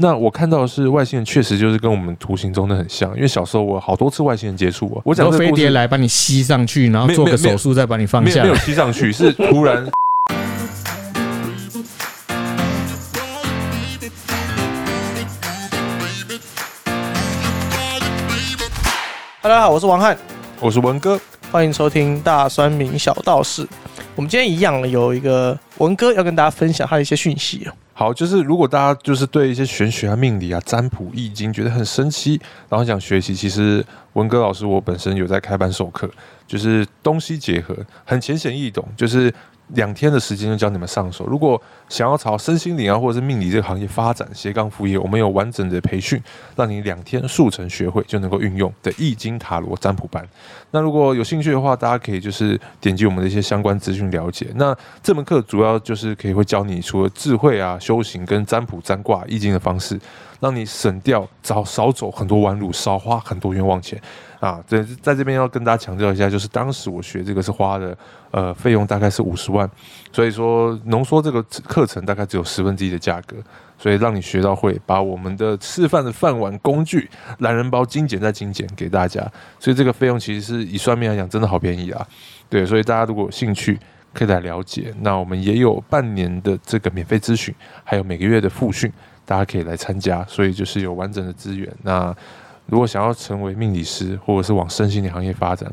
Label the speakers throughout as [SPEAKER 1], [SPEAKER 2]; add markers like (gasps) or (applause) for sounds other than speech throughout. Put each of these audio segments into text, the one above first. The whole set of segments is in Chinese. [SPEAKER 1] 那我看到的是外星人确实就是跟我们图形中的很像，因为小时候我好多次外星人接触啊，我讲
[SPEAKER 2] 然
[SPEAKER 1] 这个
[SPEAKER 2] 后飞
[SPEAKER 1] 故
[SPEAKER 2] 碟
[SPEAKER 1] 事
[SPEAKER 2] 来把你吸上去，然后
[SPEAKER 1] 没有
[SPEAKER 2] 做个
[SPEAKER 1] 没有
[SPEAKER 2] 手术再把你放
[SPEAKER 1] 没有
[SPEAKER 2] 下
[SPEAKER 1] 没有。吸上去，是突然。
[SPEAKER 3] (laughs) 哈喽大家好，我是王翰，
[SPEAKER 1] 我是文哥，
[SPEAKER 3] 欢迎收听《大酸民小道士》。我们今天一样有一个文哥要跟大家分享他的一些讯息哦。
[SPEAKER 1] 好，就是如果大家就是对一些玄学啊、命理啊、占卜、易经觉得很神奇，然后想学习，其实文哥老师我本身有在开班授课，就是东西结合，很浅显易懂，就是两天的时间就教你们上手。如果想要朝身心灵啊或者是命理这个行业发展，斜杠副业，我们有完整的培训，让你两天速成学会就能够运用的易经塔罗占卜班。那如果有兴趣的话，大家可以就是点击我们的一些相关资讯了解。那这门课主要就是可以会教你除了智慧啊、修行跟占卜、占卦、易经的方式，让你省掉早少走很多弯路，少花很多冤枉钱啊。这在这边要跟大家强调一下，就是当时我学这个是花的呃费用大概是五十万，所以说浓缩这个课程大概只有十分之一的价格。所以让你学到会，把我们的示范的饭碗、工具、懒人包精简再精简给大家，所以这个费用其实是以算命来讲，真的好便宜啊。对，所以大家如果有兴趣，可以来了解。那我们也有半年的这个免费咨询，还有每个月的复训，大家可以来参加。所以就是有完整的资源。那如果想要成为命理师，或者是往身心灵行业发展，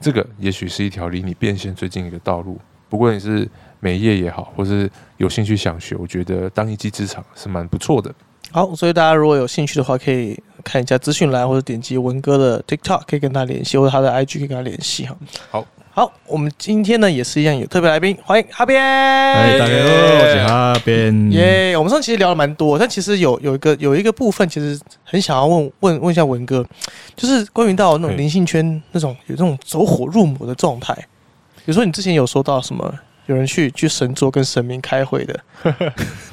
[SPEAKER 1] 这个也许是一条离你变现最近的道路。不过你是美业也好，或是有兴趣想学，我觉得当一技之长是蛮不错的。
[SPEAKER 3] 好，所以大家如果有兴趣的话，可以看一下资讯栏，或者点击文哥的 TikTok，可以跟他联系，或者他的 IG 可以跟他联系哈。
[SPEAKER 1] 好，
[SPEAKER 3] 好，我们今天呢也是一样有特别来宾，欢迎哈边。
[SPEAKER 2] 哎，大家好，我是哈
[SPEAKER 1] 嗯
[SPEAKER 2] 边。
[SPEAKER 3] 耶我们上期其实聊了蛮多，但其实有有一个有一个部分，其实很想要问问问一下文哥，就是关于到那
[SPEAKER 1] 嘿
[SPEAKER 3] 种灵性圈那种有这种走火入魔的状态。比如说你之前有说到什么，有人去去神桌跟神明开
[SPEAKER 1] (laughs)
[SPEAKER 3] 会的，那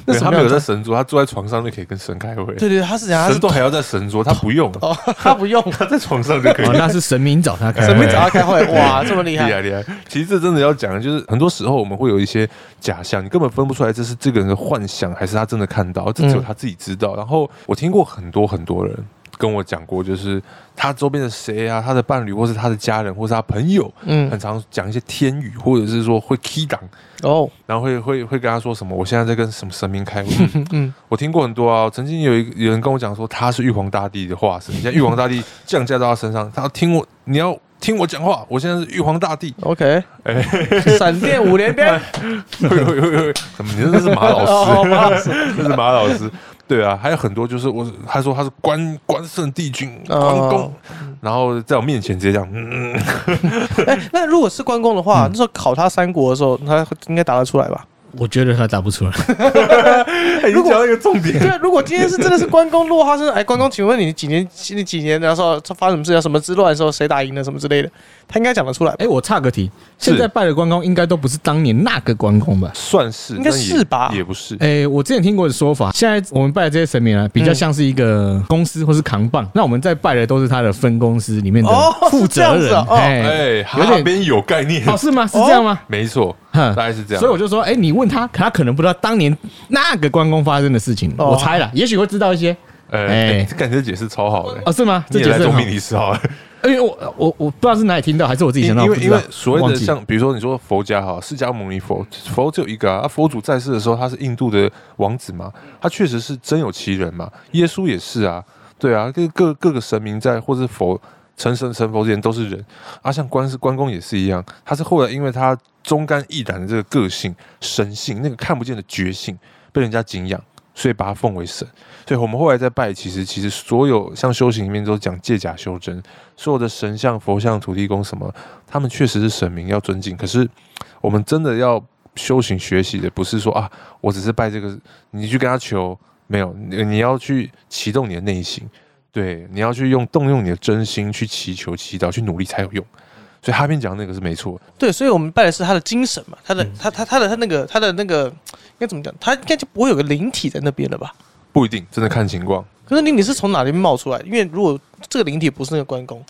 [SPEAKER 1] 对
[SPEAKER 3] 什
[SPEAKER 1] 他
[SPEAKER 3] 么
[SPEAKER 1] 没有啊
[SPEAKER 3] 样
[SPEAKER 1] 在
[SPEAKER 3] 的？
[SPEAKER 1] 神桌，他坐在床上就可以 (laughs) 跟神开会。
[SPEAKER 3] 对对，他是讲他
[SPEAKER 1] 神
[SPEAKER 3] 是
[SPEAKER 1] 都还要在神桌，他不用，
[SPEAKER 3] 哦，他不用，
[SPEAKER 1] (laughs) 他在床上就可以 (laughs)
[SPEAKER 2] 哦，。那是神明找他开。
[SPEAKER 3] (laughs) 神明找他开会，哇，这么厉
[SPEAKER 1] 厉
[SPEAKER 3] 害！
[SPEAKER 1] 害厉害！其实这真的要讲，就是很多时候我们会有一些假象，你根本分不出来这是这个人的幻想还是他真的看到，这只有
[SPEAKER 3] 嗯
[SPEAKER 1] 他自己知道。然后我听过很多很多人跟我讲过，就是他周边的谁啊，他的伴侣或是他的家人或是他朋友，很
[SPEAKER 3] 嗯，
[SPEAKER 1] 常讲一些天语，或者是说会 key 档，
[SPEAKER 3] 哦，
[SPEAKER 1] 然后会会会跟他说什么，我现在在跟什么神明开会。
[SPEAKER 3] 嗯 (laughs) 嗯，
[SPEAKER 1] 我听过很多啊，曾经有一个有人跟我讲说他是玉皇大帝的化身，现在玉皇大帝降驾到他身上，他要听我，你要听我讲话，我现在是玉皇大帝。
[SPEAKER 3] OK，
[SPEAKER 1] 哎
[SPEAKER 3] 闪电五
[SPEAKER 1] (laughs)
[SPEAKER 3] 连鞭，
[SPEAKER 2] (laughs) 哎
[SPEAKER 1] 会会会会，怎么你这是马老
[SPEAKER 3] 哦，
[SPEAKER 1] 师？
[SPEAKER 3] 马老师，
[SPEAKER 1] (laughs) 这是马老师。对啊，还有很多就是我，他说他是关关圣帝君关公，
[SPEAKER 3] 哦
[SPEAKER 1] 然后在我面前直接这样，嗯，嗯
[SPEAKER 3] 哎，那如果是关公的话，那时候考他三国的时候，他应该答得出来吧？
[SPEAKER 2] 我觉得他答不出来。
[SPEAKER 1] 哎
[SPEAKER 2] (laughs)
[SPEAKER 1] 你
[SPEAKER 3] 如
[SPEAKER 1] 讲
[SPEAKER 3] 果
[SPEAKER 1] 到一个重点，
[SPEAKER 3] (laughs) 对啊，如果今天是真的是关公落花生，哎，关公，请问你几年你几年的时候发生什么事啊？什么之乱的时候谁打赢了什么之类的，他应该讲得出来吧？
[SPEAKER 2] 哎，我岔个题，
[SPEAKER 1] 是
[SPEAKER 2] 现在拜的关公应该都不是当年那个关公吧？
[SPEAKER 1] 算是
[SPEAKER 3] 应该
[SPEAKER 1] 但也
[SPEAKER 3] 是吧
[SPEAKER 1] 也不是，
[SPEAKER 2] 哎，我之前听过的说法，现在我们拜的这些神明啊，比较
[SPEAKER 3] 嗯
[SPEAKER 2] 像是一个公司或是扛棒，那我们在拜的都是他的分公司里面的
[SPEAKER 3] 哦是
[SPEAKER 2] 负责
[SPEAKER 3] 这样
[SPEAKER 2] 人
[SPEAKER 3] 子啊。哦
[SPEAKER 2] 哎，
[SPEAKER 1] 哎，
[SPEAKER 2] 有
[SPEAKER 1] 哈
[SPEAKER 2] 点
[SPEAKER 1] 边有概念，
[SPEAKER 2] 哦，是吗？是这样吗？
[SPEAKER 1] 没错，
[SPEAKER 2] 哼
[SPEAKER 1] 大。概是这样。
[SPEAKER 2] 所以我就说，哎、你问他，他可能不知道当年那个关公发生的事情。
[SPEAKER 3] 哦
[SPEAKER 2] 我猜了，也许会知道一些。
[SPEAKER 1] 哎，
[SPEAKER 2] 哎
[SPEAKER 1] 感觉解释超好的，
[SPEAKER 2] 哦，是吗？
[SPEAKER 1] 你
[SPEAKER 2] 这
[SPEAKER 1] 也
[SPEAKER 2] 解
[SPEAKER 1] 来
[SPEAKER 2] 释
[SPEAKER 1] 做
[SPEAKER 2] 很好
[SPEAKER 1] 命理师好了。
[SPEAKER 2] 因为我我我不知道是哪里听到，还是我自己
[SPEAKER 1] 因
[SPEAKER 2] 想到，
[SPEAKER 1] 因
[SPEAKER 2] 我
[SPEAKER 1] 为
[SPEAKER 2] 不知
[SPEAKER 1] 因
[SPEAKER 2] 道
[SPEAKER 1] 为所谓
[SPEAKER 2] 忘
[SPEAKER 1] 的
[SPEAKER 2] 记
[SPEAKER 1] 像比如说你说佛家哈，释迦牟尼佛，佛只有一个啊，啊佛祖在世的时候他是印度的王子嘛，他确实是真有其人嘛，耶稣也是啊，对啊，各各各个神明在或是佛成神成佛之前都是人啊，像关是关公也是一样，他是后来因为他忠肝义胆的这个个性、神性、那个看不见的觉性，被人家敬仰。所以把他奉为神，所以我们后来在拜，其实其实所有像修行里面都讲借假修真，所有的神像、佛像、土地公什么，他们确实是神明要尊敬，可是我们真的要修行学习的，不是说啊，我只是拜这个，你去跟他求，没有，你你要去启动你的内心，对，你要去用动用你的真心去祈求、祈祷、去努力才有用。所以哈边讲的那个是没错，
[SPEAKER 3] 对，所以我们拜的是他的精神嘛，他的
[SPEAKER 2] 嗯
[SPEAKER 3] 他他他的他那个他的那个应该怎么讲？他应该就不会有个灵体在那边了吧？
[SPEAKER 1] 不一定，真的看情况。
[SPEAKER 3] 可是灵体是从哪里冒出来的？因为如果这个灵体不是那个关公，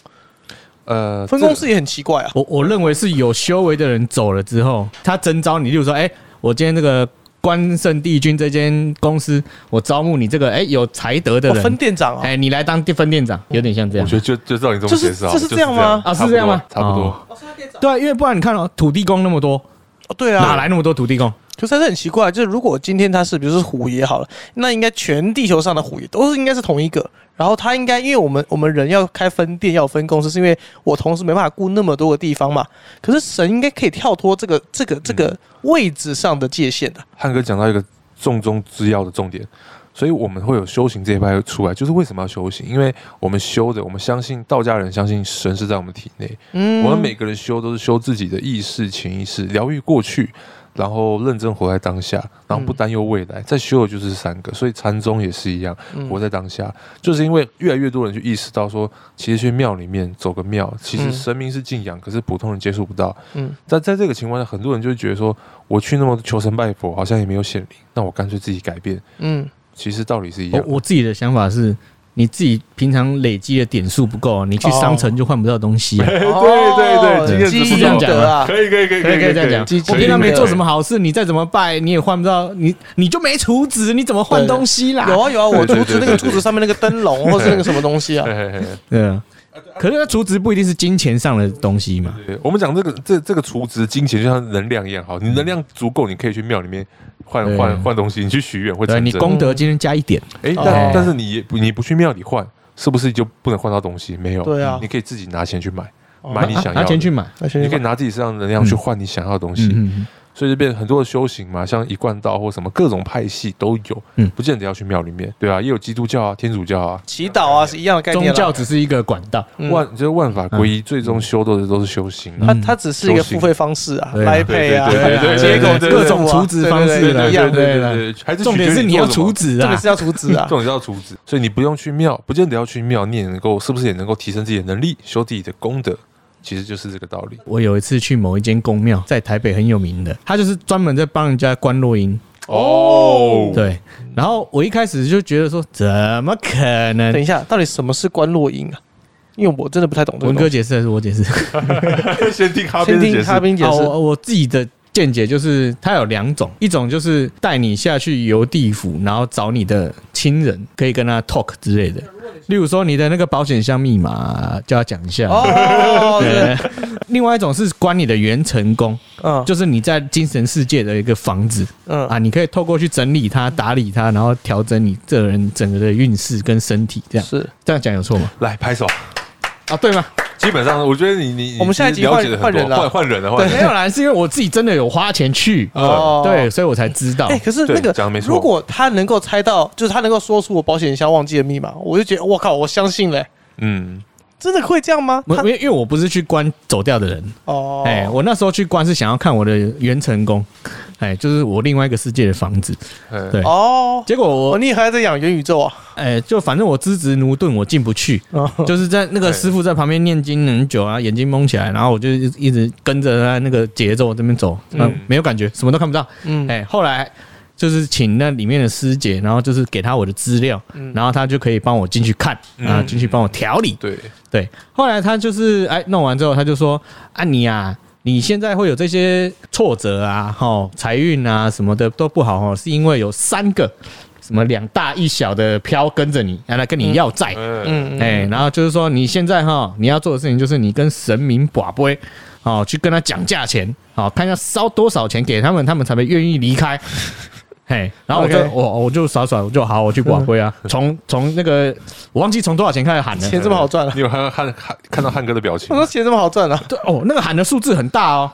[SPEAKER 1] 呃，
[SPEAKER 3] 分
[SPEAKER 1] 这
[SPEAKER 3] 公司也很奇怪啊。
[SPEAKER 2] 我我认为是有修为的人走了之后，他征召你，例如说，哎、我今天那个关圣帝君这间公司，我招募你这个哎、有才德的
[SPEAKER 3] 哦，
[SPEAKER 2] 人，
[SPEAKER 3] 分店长
[SPEAKER 2] 哎、
[SPEAKER 3] 啊，
[SPEAKER 2] 你来当分店长，有点像这
[SPEAKER 1] 我
[SPEAKER 2] 样
[SPEAKER 1] 觉。得就就照你这么
[SPEAKER 3] 就是
[SPEAKER 1] 解释好了，
[SPEAKER 3] 这是这样吗
[SPEAKER 2] 啊是这样吗
[SPEAKER 1] 差不多
[SPEAKER 2] 哦
[SPEAKER 1] 差
[SPEAKER 3] 哦，是他店长。
[SPEAKER 2] 对啊，因为不然你看哦，土地公那么多，
[SPEAKER 3] 哦，对
[SPEAKER 2] 哪
[SPEAKER 3] 啊，
[SPEAKER 2] 来那么多土地公？
[SPEAKER 3] 可是还是很奇怪，就是如果今天他是，比如说虎爷好了，那应该全地球上的虎爷都是应该是同一个，然后他应该，因为我们我们人要开分店要有分公司，是因为我同时没办法顾那么多个地方嘛。可是神应该可以跳脱这个这个这个位置上的界限的、
[SPEAKER 1] 不多。汉哥讲到一个重中之要的重点，所以我们会有修行这一派出来，就是为什么要修行？因为我们修的，我们相信道家人相信神是在我们体内，
[SPEAKER 3] 嗯
[SPEAKER 1] 我们每个人修都是修自己的意识、潜意识，疗愈过去，然后认真活在当下，然后不担忧未来。
[SPEAKER 3] 嗯
[SPEAKER 1] 再修的就是三个，所以禅宗也是一样，活在当下，就是因为越来越多人去意识到说，其实去庙里面走个庙，其实
[SPEAKER 3] 嗯
[SPEAKER 1] 神明是敬仰，可是普通人接触不到。
[SPEAKER 3] 嗯
[SPEAKER 1] 在在这个情况下，很多人就会觉得说，我去那么求神拜佛，好像也没有显灵，那我干脆自己改变。
[SPEAKER 3] 嗯，
[SPEAKER 1] 其实道理是一样
[SPEAKER 2] 我
[SPEAKER 1] 的。
[SPEAKER 2] 我自己的想法是，你自己平常累积的点数不够啊，你去商城就换不到东西 (laughs) 啊。
[SPEAKER 1] 对对对，
[SPEAKER 2] 对
[SPEAKER 1] 经验
[SPEAKER 2] 是
[SPEAKER 1] 值
[SPEAKER 2] 这样
[SPEAKER 1] 不
[SPEAKER 2] 讲
[SPEAKER 1] 够。
[SPEAKER 2] 吗
[SPEAKER 3] 嗯哦得啊，
[SPEAKER 1] 可以可以可以
[SPEAKER 2] 可以可以这样讲
[SPEAKER 3] 积，极
[SPEAKER 2] 我平常
[SPEAKER 3] 的
[SPEAKER 2] 没做什么好事，你再怎么拜，你也换不到，你你就没厨子，你怎么换东西啦？
[SPEAKER 3] 有啊有啊，我
[SPEAKER 1] 对对
[SPEAKER 3] 竹子那
[SPEAKER 1] 对对
[SPEAKER 3] 个竹子上面那个灯笼，或是那个什么东西啊，
[SPEAKER 1] 嘿嘿嘿
[SPEAKER 2] 对啊，可是那厨子不一定是金钱上的东西嘛。
[SPEAKER 1] 对我们讲这个这这个储值金钱就像能量一样，好，你能量足够，你可以去庙里面换
[SPEAKER 2] 对
[SPEAKER 1] 换换东西，你去许愿会
[SPEAKER 2] 对，
[SPEAKER 1] 成
[SPEAKER 2] 你
[SPEAKER 1] 真。
[SPEAKER 2] 功德今天加一点，
[SPEAKER 1] 哎，
[SPEAKER 3] 哦
[SPEAKER 1] 但但是你也不你不去庙里换，是不是就不能换到东西？没有，
[SPEAKER 3] 对啊
[SPEAKER 1] 你可以自己拿钱去买，
[SPEAKER 3] 哦
[SPEAKER 1] 买你想要的
[SPEAKER 2] 啊拿钱去买。
[SPEAKER 3] 那先
[SPEAKER 1] 你可以拿自己身上的能量去换你想要的东西。
[SPEAKER 2] 嗯，
[SPEAKER 1] 所以就变成很多的修行嘛，像一贯道或什么各种派系都有，
[SPEAKER 2] 嗯
[SPEAKER 1] 不见得要去庙里面，对啊，也有基督教啊、天主教啊，
[SPEAKER 3] 祈祷啊是一样的概
[SPEAKER 2] 宗
[SPEAKER 3] 念啦，
[SPEAKER 2] 教只是一个管道，
[SPEAKER 3] 嗯
[SPEAKER 1] 万就是万法归一，最终修的都是修行啊。
[SPEAKER 3] 它它只是一个付费方式啊，
[SPEAKER 2] 对啊
[SPEAKER 3] 来配啊，
[SPEAKER 1] 对对对对
[SPEAKER 3] 接
[SPEAKER 1] 对
[SPEAKER 3] 口
[SPEAKER 1] 对对
[SPEAKER 2] 各种
[SPEAKER 3] 储
[SPEAKER 2] 处
[SPEAKER 3] 值
[SPEAKER 2] 置方式
[SPEAKER 3] 对
[SPEAKER 2] 啦
[SPEAKER 3] 一样
[SPEAKER 1] 对
[SPEAKER 3] 的，
[SPEAKER 1] 对
[SPEAKER 2] 啦
[SPEAKER 1] 对，还是
[SPEAKER 2] 重点
[SPEAKER 1] 取决于
[SPEAKER 2] 是你要
[SPEAKER 1] 做什么
[SPEAKER 2] 厨子
[SPEAKER 3] 重点
[SPEAKER 2] 啊
[SPEAKER 3] 是。要储值
[SPEAKER 1] (laughs)
[SPEAKER 3] 啊
[SPEAKER 1] 这，种叫厨子，所以你不用去庙，不见得要去庙，你也能够是不是也能够提升自己的能力，修自己的功德，其实就是这个道理。
[SPEAKER 2] 我有一次去某一间宫庙，在台北很有名的，他就是专门在帮人家观落音。
[SPEAKER 1] 哦，
[SPEAKER 2] 对，然后我一开始就觉得说，怎么可
[SPEAKER 3] 等
[SPEAKER 2] 能？
[SPEAKER 3] 一下，到底什么是观落音啊？因为我真的不太懂这个
[SPEAKER 2] 文
[SPEAKER 3] 东
[SPEAKER 2] 哥
[SPEAKER 3] 西。
[SPEAKER 2] 解释还是我解释？
[SPEAKER 1] (laughs) 先听哈边的
[SPEAKER 3] 先
[SPEAKER 1] 解释
[SPEAKER 3] 听哈。
[SPEAKER 2] (laughs)
[SPEAKER 3] 宾解
[SPEAKER 2] 哦，
[SPEAKER 3] 释，
[SPEAKER 2] 我我自己的见解就是，它有两种，一种就是带你下去游地府，然后找你的亲人，可以跟他 talk 之类的。例如说你的那个保险箱密码，叫他讲一下。
[SPEAKER 3] 哦哦，哦对，
[SPEAKER 2] 对， (laughs) 另外一种是关你的元成功，
[SPEAKER 3] 嗯，
[SPEAKER 2] 就是你在精神世界的一个房子啊，
[SPEAKER 3] 嗯，
[SPEAKER 2] 你可以透过去整理它、打理它，然后调整你这个人整个的运势跟身体，这样
[SPEAKER 3] 是。
[SPEAKER 2] 这样讲有错吗？
[SPEAKER 1] 来拍手，
[SPEAKER 2] 啊，对吗？
[SPEAKER 1] 基本上我觉得你你
[SPEAKER 3] 我们下一
[SPEAKER 1] 你
[SPEAKER 3] 集
[SPEAKER 1] 了解的很
[SPEAKER 3] 换
[SPEAKER 1] 多
[SPEAKER 3] 换人了
[SPEAKER 1] 换换人了，换人
[SPEAKER 2] 没有啦，是因为我自己真的有花钱去，
[SPEAKER 1] 哦，
[SPEAKER 2] 对，，所以我才知道
[SPEAKER 3] 哎，。可是那
[SPEAKER 1] 对
[SPEAKER 3] 个
[SPEAKER 1] 讲得没错
[SPEAKER 3] 如果他能够猜到，就是他能够说出我保险箱忘记的密码，我就觉得我靠，我相信嘞，
[SPEAKER 1] 嗯，
[SPEAKER 3] 真的会这样吗？
[SPEAKER 2] 我
[SPEAKER 3] 他
[SPEAKER 2] 因为因为我不是去关走掉的人，
[SPEAKER 3] 哦，
[SPEAKER 2] 哎、我那时候去关是想要看我的元成功，哎、就是我另外一个世界的房子。
[SPEAKER 1] 哎
[SPEAKER 2] 对
[SPEAKER 3] 哦，
[SPEAKER 2] 结果我
[SPEAKER 3] 哦，，你还在养元宇宙啊？
[SPEAKER 2] 哎、就反正我资质驽钝，我进不去，
[SPEAKER 3] (laughs)
[SPEAKER 2] 就是在那个
[SPEAKER 1] 对
[SPEAKER 2] 师傅在旁边念经很久啊，眼睛蒙起来，然后我就一直跟着他那个节奏这边走，嗯
[SPEAKER 1] 嗯，
[SPEAKER 2] 没有感觉，什么都看不到。
[SPEAKER 3] 嗯，
[SPEAKER 2] 哎、后来就是请那里面的师姐，然后就是给她我的资料，
[SPEAKER 3] 嗯
[SPEAKER 2] 然后她就可以帮我进去看，然后进去帮我调理。
[SPEAKER 1] 对，
[SPEAKER 2] 对，后来他就是哎弄完之后，他就说啊你啊，你现在会有这些挫折啊，吼财运啊什么的都不好哦，是因为有三个什么两大一小的飘跟着你，啊来来跟你要债。
[SPEAKER 1] 嗯，
[SPEAKER 3] 嗯，嗯
[SPEAKER 2] 哎，然后就是说，你现在哈，你要做的事情就是你跟神明把杯，哦，去跟他讲价钱，哦，看要烧多少钱给他们，他们才会愿意离
[SPEAKER 3] (laughs)
[SPEAKER 2] 开。嘿，然后我就
[SPEAKER 3] OK 嗯
[SPEAKER 2] 我我就耍耍，我就好，我去把杯啊，从从那个我忘记从多少钱开始喊了，
[SPEAKER 3] 钱这么好赚啊
[SPEAKER 1] (laughs) 你！有看汉汉看到汉哥的表情
[SPEAKER 3] 我
[SPEAKER 1] 吗
[SPEAKER 3] 说？钱这么好赚啊！
[SPEAKER 2] 对哦，那个喊的数字很大哦。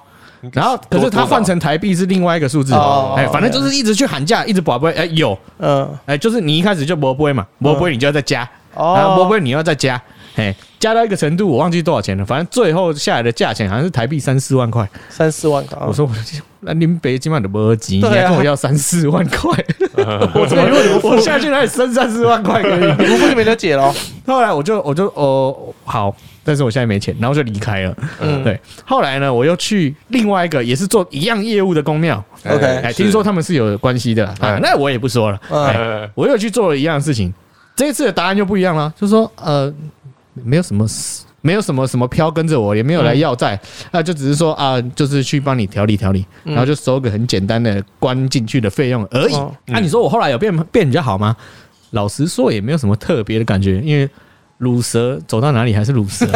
[SPEAKER 2] 然后，可
[SPEAKER 1] 多
[SPEAKER 2] 是他
[SPEAKER 1] 多少
[SPEAKER 2] 换成台币是另外一个数字，
[SPEAKER 3] 哦
[SPEAKER 2] 哎，反正就是一直去喊价，一直保不会，哎有，
[SPEAKER 3] 嗯，
[SPEAKER 2] 哎就是你一开始就不会嘛，不会你就要再加，然后
[SPEAKER 3] 哦，
[SPEAKER 2] 不会你要再加，哎加到一个程度，我忘记多少钱了，反正最后下来的价钱好像是台币三四万块。
[SPEAKER 3] 三四万港
[SPEAKER 2] 我，说我那你们北京买的不急，你
[SPEAKER 3] 哦对
[SPEAKER 2] 还
[SPEAKER 3] 啊
[SPEAKER 2] 跟我要三四万块，
[SPEAKER 3] (laughs) 我这如果你不付
[SPEAKER 2] 我，下去哪里生三四万块
[SPEAKER 3] (laughs)
[SPEAKER 2] 可以？
[SPEAKER 3] 你不付就没得解了哦。
[SPEAKER 2] 后来我就我就哦好，但是我现在没钱，然后就离开了。
[SPEAKER 3] (laughs) 嗯，
[SPEAKER 2] 对，后来呢，我又去另外一个也是做一样业务的公庙，
[SPEAKER 3] OK
[SPEAKER 2] 哎，听说他们是有关系的啦、啊
[SPEAKER 1] 哎，
[SPEAKER 2] 那我也不说了。
[SPEAKER 3] 嗯 (laughs)
[SPEAKER 2] 哎，我又去做了一样的事情，这一次的答案就不一样了，就说呃，没有什么没有什么什么飘跟着我，也没有来要债，那就只是说啊，就是去帮你调理调理，
[SPEAKER 3] 嗯
[SPEAKER 2] 然后就收个很简单的关进去的费用而已。
[SPEAKER 3] 哦
[SPEAKER 2] 啊，你说我后来有变变比较好吗？老实说，也没有什么特别的感觉，因为乳蛇走到哪里还是乳 (laughs) 蛇。。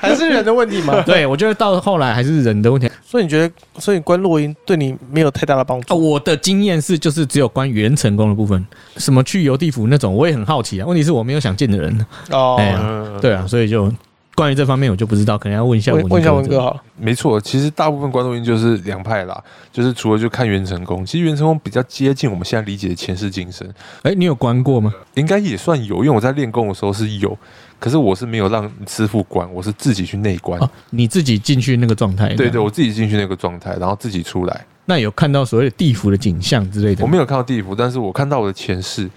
[SPEAKER 3] 还是人的问题嘛 (laughs)
[SPEAKER 2] 对我觉得到后来还是人的问题啊、
[SPEAKER 3] 所以你觉得，所以关落音对你没有太大的帮助？
[SPEAKER 2] 我的经验是，就是只有关原成功的部分，什么去游地府那种，我也很好奇啊。问题是我没有想见的人，
[SPEAKER 3] 哦
[SPEAKER 2] 哎呀
[SPEAKER 1] 嗯，
[SPEAKER 2] 对啊，所以就关于这方面我就不知道，可能要问一下
[SPEAKER 3] 问
[SPEAKER 2] 文
[SPEAKER 3] 问一下文
[SPEAKER 2] 这
[SPEAKER 3] 哥
[SPEAKER 2] 个，
[SPEAKER 3] 好了，
[SPEAKER 1] 没错，其实大部分关东音就是两派啦，就是除了就看袁成功，其实袁成功比较接近我们现在理解的前世今生，
[SPEAKER 2] 哎、你有关过吗？
[SPEAKER 1] 应该也算有，因为我在练功的时候是有，可是我是没有让师傅关，我是自己去内关，
[SPEAKER 2] 哦，你自己进去那个状态，
[SPEAKER 1] 哎对对，，我自己进去那个状态，然后自己出来，
[SPEAKER 2] 那有看到所谓的地府的景象之类的
[SPEAKER 1] 我
[SPEAKER 2] 吗？
[SPEAKER 1] 没有看到地府，但是我看到我的前世、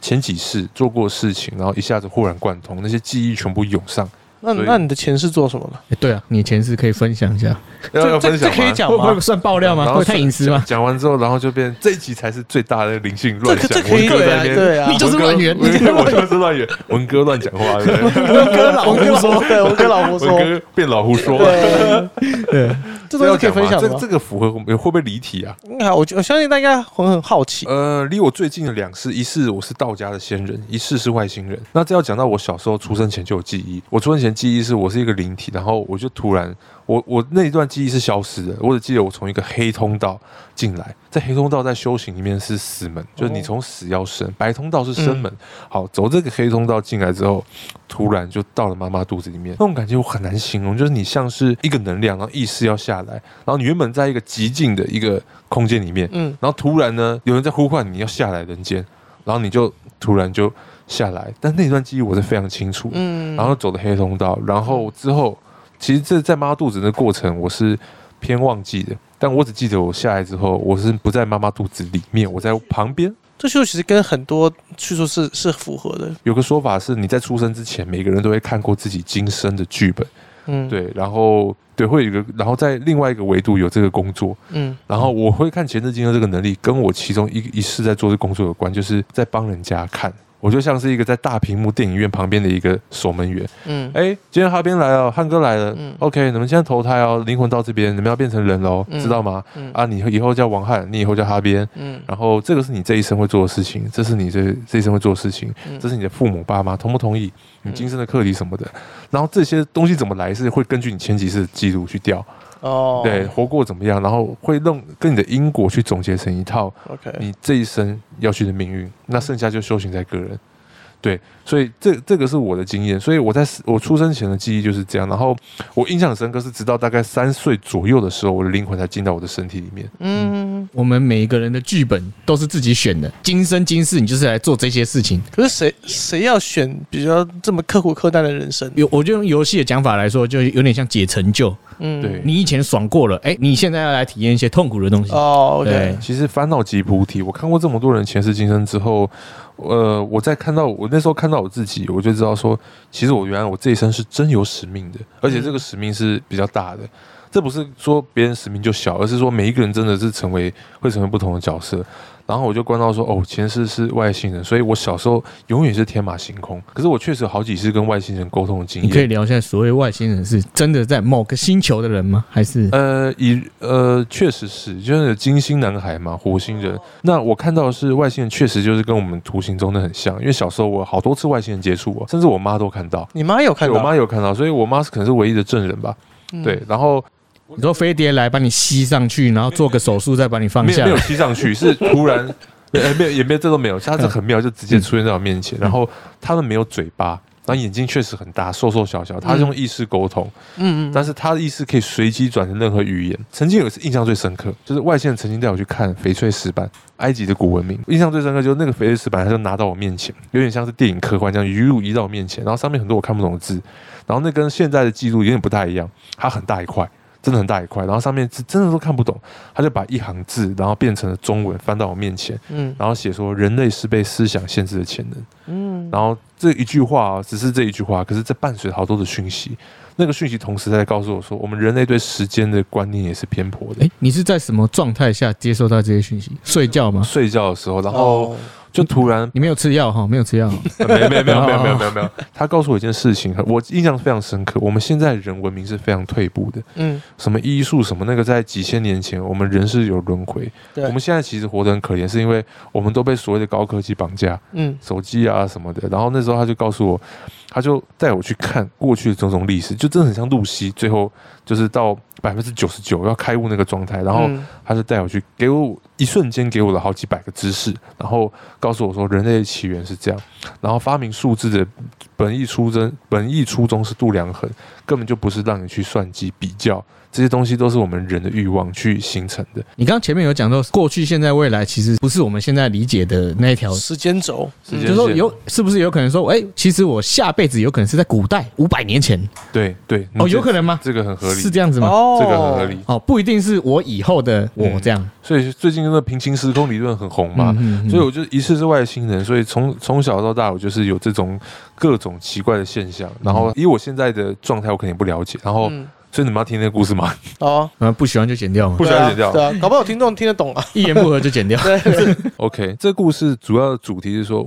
[SPEAKER 1] 前几世做过的事情，然后一下子豁然贯通，那些记忆全部涌上，
[SPEAKER 3] 那
[SPEAKER 1] 所以
[SPEAKER 3] 那你的前世做什么了？
[SPEAKER 2] 哎对啊，你前世可以分享一下，
[SPEAKER 1] 要要
[SPEAKER 3] 这
[SPEAKER 1] 分
[SPEAKER 3] 这
[SPEAKER 1] 享
[SPEAKER 3] 可以
[SPEAKER 1] 吗？
[SPEAKER 3] 讲
[SPEAKER 2] 会不
[SPEAKER 3] 吗
[SPEAKER 2] 会？算爆料吗？
[SPEAKER 1] 然后
[SPEAKER 2] 会太隐私吗？
[SPEAKER 1] 讲完之后，然后就变这一集才是最大的灵性
[SPEAKER 3] 这
[SPEAKER 1] 乱
[SPEAKER 3] 可
[SPEAKER 1] 象。
[SPEAKER 3] 这可
[SPEAKER 1] 文
[SPEAKER 3] 以
[SPEAKER 1] 哥在那
[SPEAKER 3] 啊，
[SPEAKER 1] 边
[SPEAKER 3] 对啊
[SPEAKER 2] 你，就是乱源
[SPEAKER 1] 文哥我就是乱源，文哥乱讲话，对不对
[SPEAKER 3] (laughs) 文哥老胡说，对，文哥老胡说，
[SPEAKER 1] 文哥变老胡说。
[SPEAKER 3] 对，
[SPEAKER 2] 对，
[SPEAKER 3] 这东西可以
[SPEAKER 1] 讲吗
[SPEAKER 3] 分享
[SPEAKER 1] 这
[SPEAKER 3] 的吗
[SPEAKER 1] 这？个符合我们会不会离题啊？
[SPEAKER 3] 应该好，我觉我相信大家很很好奇。
[SPEAKER 1] 呃，离我最近的两世，一世我是道家的仙人，一世是外星人。那这要讲到我小时候出生前就有记忆，我出生前记忆是我是一个灵体，然后我就突然，我我那一段记忆是消失的，我只记得我从一个黑通道进来，在黑通道在修行里面是死门，就是你从死要生，白通道是生门。好，走这个黑通道进来之后，突然就到了妈妈肚子里面，那种感觉我很难形容，就是你像是一个能量，然后意识要下来，然后你原本在一个极静的一个空间里面，
[SPEAKER 3] 嗯，
[SPEAKER 1] 然后突然呢，有人在呼唤你要下来人间，然后你就突然就下来。但那段记忆我是非常清楚，
[SPEAKER 3] 嗯，
[SPEAKER 1] 然后走的黑通道，然后之后其实这在妈妈肚子的过程我是偏忘记的，但我只记得我下来之后，我是不在妈妈肚子里面，我在旁边。
[SPEAKER 3] 这叙述其实跟很多叙述是是符合的。
[SPEAKER 1] 有个说法是，你在出生之前，每个人都会看过自己今生的剧本，
[SPEAKER 3] 嗯，，
[SPEAKER 1] 对，然后对，会有一个，然后在另外一个维度有这个工作，
[SPEAKER 3] 嗯
[SPEAKER 1] 然后我会看前置金的这个能力，跟我其中一一世在做的工作有关，就是在帮人家看。我就像是一个在大屏幕电影院旁边的一个守门员。
[SPEAKER 3] 嗯，
[SPEAKER 1] 哎，今天哈边来了，汉哥来了、
[SPEAKER 3] 嗯
[SPEAKER 1] o k 你们现在投胎哦，灵魂到这边，你们要变成人喽，
[SPEAKER 3] 嗯
[SPEAKER 1] 知道吗？
[SPEAKER 3] 嗯
[SPEAKER 1] 啊，你以后叫王翰，你以后叫哈边，
[SPEAKER 3] 嗯
[SPEAKER 1] 然后这个是你这一生会做的事情，这是你这这一生会做的事情，
[SPEAKER 3] 嗯
[SPEAKER 1] 这是你的父母爸妈同不同意，你今生的课题什么的。然后这些东西怎么来是会根据你前几世的记录去调。
[SPEAKER 3] 哦，
[SPEAKER 1] 对，活过怎么样，然后会弄跟你的因果去总结成一套
[SPEAKER 3] ，OK，
[SPEAKER 1] 你这一生要去的命运，那剩下就修行在个人。对，所以这这个是我的经验，所以我在我出生前的记忆就是这样。然后我印象很深刻是，直到大概三岁左右的时候，我的灵魂才进到我的身体里面。
[SPEAKER 3] 嗯，
[SPEAKER 2] 我们每一个人的剧本都是自己选的，今生今世你就是来做这些事情。
[SPEAKER 3] 可是谁谁要选比较这么刻苦克难的人生？
[SPEAKER 2] 有，我就用游戏的讲法来说，就有点像解成就。
[SPEAKER 3] 嗯，
[SPEAKER 1] 对，
[SPEAKER 2] 你以前爽过了，哎、你现在要来体验一些痛苦的东西。
[SPEAKER 3] 哦
[SPEAKER 2] 对
[SPEAKER 3] ，OK，
[SPEAKER 1] 其实烦恼即菩提，我看过这么多人前世今生之后，呃，我在看到我那时候看到我自己，我就知道说，其实我原来我这一生是真有使命的，而且这个使命是比较大的。这不是说别人使命就小，而是说每一个人真的是成为会成为不同的角色。然后我就关到说，哦，前世是外星人，所以我小时候永远是天马行空。可是我确实有好几次跟外星人沟通的经
[SPEAKER 2] 你可以
[SPEAKER 1] 验。
[SPEAKER 2] 聊一下所谓外星人是真的在某个星球的人吗？还是
[SPEAKER 1] 呃，以呃，确实是，就是有金星男孩嘛，火星人。那我看到的是外星人，确实就是跟我们图形中的很像。因为小时候我好多次外星人接触我，甚至我妈都看到，
[SPEAKER 3] 你妈有看
[SPEAKER 1] 对
[SPEAKER 3] 到？
[SPEAKER 1] 我妈有看到，所以我妈是可能是唯一的证人吧。
[SPEAKER 3] 嗯
[SPEAKER 1] 对，，然后
[SPEAKER 2] 你说飞碟来把你吸上去，然后做个手术再把你放
[SPEAKER 1] 没有
[SPEAKER 2] 下
[SPEAKER 1] 没有
[SPEAKER 2] 来？
[SPEAKER 1] 踢上
[SPEAKER 3] (laughs)
[SPEAKER 1] 去，是突然， (laughs) 呃，没有也没有这都没有，他
[SPEAKER 3] 嗯
[SPEAKER 1] 是很妙，就直接出现在我面前。然后他们没有嘴巴，然后眼睛确实很大，瘦瘦小小，他是用意识沟通。
[SPEAKER 3] 嗯嗯，
[SPEAKER 1] 但是他的意思可以随机转成任何语言。曾经有一次印象最深刻，就是外线曾经带我去看翡翠石板，埃及的古文明。印象最深刻就是那个翡翠石板，他就拿到我面前，有点像是电影科幻这样，一路移到我面前，然后上面很多我看不懂的字，然后那跟现在的记录有点不太一样，它很大一块。真的很大一块，然后上面字真的都看不懂，他就把一行字，然后变成了中文，翻到我面前，
[SPEAKER 3] 嗯
[SPEAKER 1] 然后写说人类是被思想限制的潜能。
[SPEAKER 3] 嗯，
[SPEAKER 1] 然后这一句话、啊、只是这一句话，可是这伴随好多的讯息，那个讯息同时在告诉我说，我们人类对时间的观念也是偏颇的。
[SPEAKER 2] 哎、你是在什么状态下接收到这些讯息？睡觉吗？
[SPEAKER 1] 睡觉的时候，然后
[SPEAKER 3] 哦
[SPEAKER 1] 就突然
[SPEAKER 2] 你没有吃药哈，没有吃 (laughs) 药，
[SPEAKER 1] 呃没没没有没有没有没有没有，他告诉我一件事情，很我印象非常深刻。我们现在人文明是非常退步的，
[SPEAKER 3] 嗯，
[SPEAKER 1] 什么医术什么那个，在几千年前我们人是有轮回。
[SPEAKER 3] 对
[SPEAKER 1] 我们现在其实活得很可怜，是因为我们都被所谓的高科技绑架，
[SPEAKER 3] 嗯
[SPEAKER 1] 手机啊什么的。然后那时候他就告诉我，他就带我去看过去的种种历史，就真的很像露西，最后就是到百分之九十九要开悟那个状态。然后
[SPEAKER 3] 嗯
[SPEAKER 1] 他就带我去，给我一瞬间给我了好几百个知识，然后告诉我说人类的起源是这样，然后发明数字的本意初衷，本意初衷是度量衡，根本就不是让你去算计比较，这些东西都是我们人的欲望去形成的。
[SPEAKER 2] 你刚刚前面有讲到过去、现在、未来，其实不是我们现在理解的那一条，
[SPEAKER 3] 时间轴，
[SPEAKER 1] 时
[SPEAKER 2] 就
[SPEAKER 1] 间
[SPEAKER 2] 是说
[SPEAKER 1] 线
[SPEAKER 2] 有是不是有可能说，哎，其实我下辈子有可能是在古代五百年前
[SPEAKER 1] 对对，
[SPEAKER 2] 哦，
[SPEAKER 1] 你
[SPEAKER 2] 有
[SPEAKER 1] 这
[SPEAKER 2] 可能吗？
[SPEAKER 1] 这个很合理，
[SPEAKER 2] 是这样子吗？
[SPEAKER 3] 哦
[SPEAKER 1] 这个很合理。
[SPEAKER 2] 哦，不一定是我以后的我
[SPEAKER 1] 嗯
[SPEAKER 2] 这样
[SPEAKER 1] 所以最近那个平行时空理论很红嘛
[SPEAKER 2] 嘛，，嗯嗯
[SPEAKER 1] 所以我就疑似是外星人，所以从从小到大我就是有这种各种奇怪的现象。然后以我现在的状态，我肯定不了解。然后，
[SPEAKER 3] 嗯，
[SPEAKER 1] 所以你们要听那个故事吗？ (laughs)
[SPEAKER 3] 哦，
[SPEAKER 2] 呃不喜欢就剪掉嘛
[SPEAKER 1] 不，喜欢剪掉
[SPEAKER 3] 对啊，对啊搞不好听众听得懂啊。
[SPEAKER 2] 一言不合就剪
[SPEAKER 3] (laughs)
[SPEAKER 2] 掉。
[SPEAKER 1] OK，这故事主要的主题是说，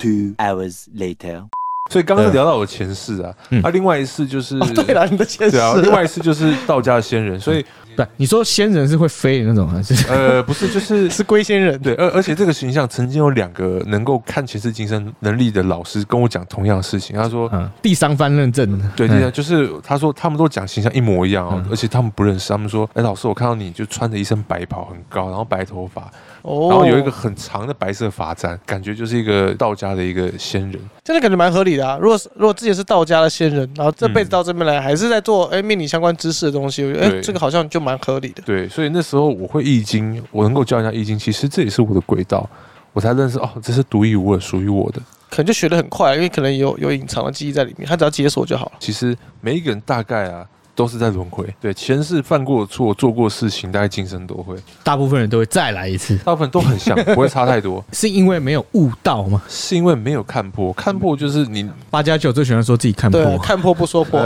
[SPEAKER 4] Two hours later.
[SPEAKER 1] 所以刚刚是聊到我前世啊，
[SPEAKER 2] 嗯
[SPEAKER 1] 啊，另外一世就是、
[SPEAKER 3] 哦对了，你的前世
[SPEAKER 1] 对啊，另外一世就是道家的仙人，所以 (laughs)
[SPEAKER 2] 对，你说仙人是会飞的那种 (laughs) 还是？
[SPEAKER 1] 呃，不是就是。
[SPEAKER 3] 是龟仙人，
[SPEAKER 1] 对，而而且这个形象曾经有两个能够看前世今生能力的老师跟我讲同样的事情，他说，
[SPEAKER 2] 嗯，第三方认证。
[SPEAKER 1] 对，
[SPEAKER 2] 嗯
[SPEAKER 1] 对，就是他说他们都讲形象一模一样哦，
[SPEAKER 2] 嗯
[SPEAKER 1] 而且他们不认识，他们说，哎，老师，我看到你就穿着一身白袍，很高，然后白头发，
[SPEAKER 3] 哦，
[SPEAKER 1] 然后有一个，很长的白色发簪，感觉就是一个道家的一个仙人。
[SPEAKER 3] 真的感觉蛮合理的啊。如果是如果之前是道家的仙人，然后这辈子到这边来还是在做哎命理相关知识的东西，我觉得哎
[SPEAKER 1] 对
[SPEAKER 3] 这个好像就蛮合理的。
[SPEAKER 1] 对，所以那时候我会易经，我能够教人家易经，其实这也是我的轨道，我才认识哦，这是独一无二属于我的。
[SPEAKER 3] 可能就学得很快，因为可能有有隐藏的记忆在里面，他只要解锁就好了。
[SPEAKER 1] 其实每一个人大概啊。都是在轮回，对前世犯过的错、做过的事情，大概今生都会，
[SPEAKER 2] 大部分人都会再来一次，
[SPEAKER 1] 大部分都很像，不会差太多，
[SPEAKER 2] 是因为没有悟到吗？
[SPEAKER 1] 是因为没有看破，看破就是你
[SPEAKER 2] 八加九最喜欢说自己看破哎
[SPEAKER 3] 对，啊，看破不说破，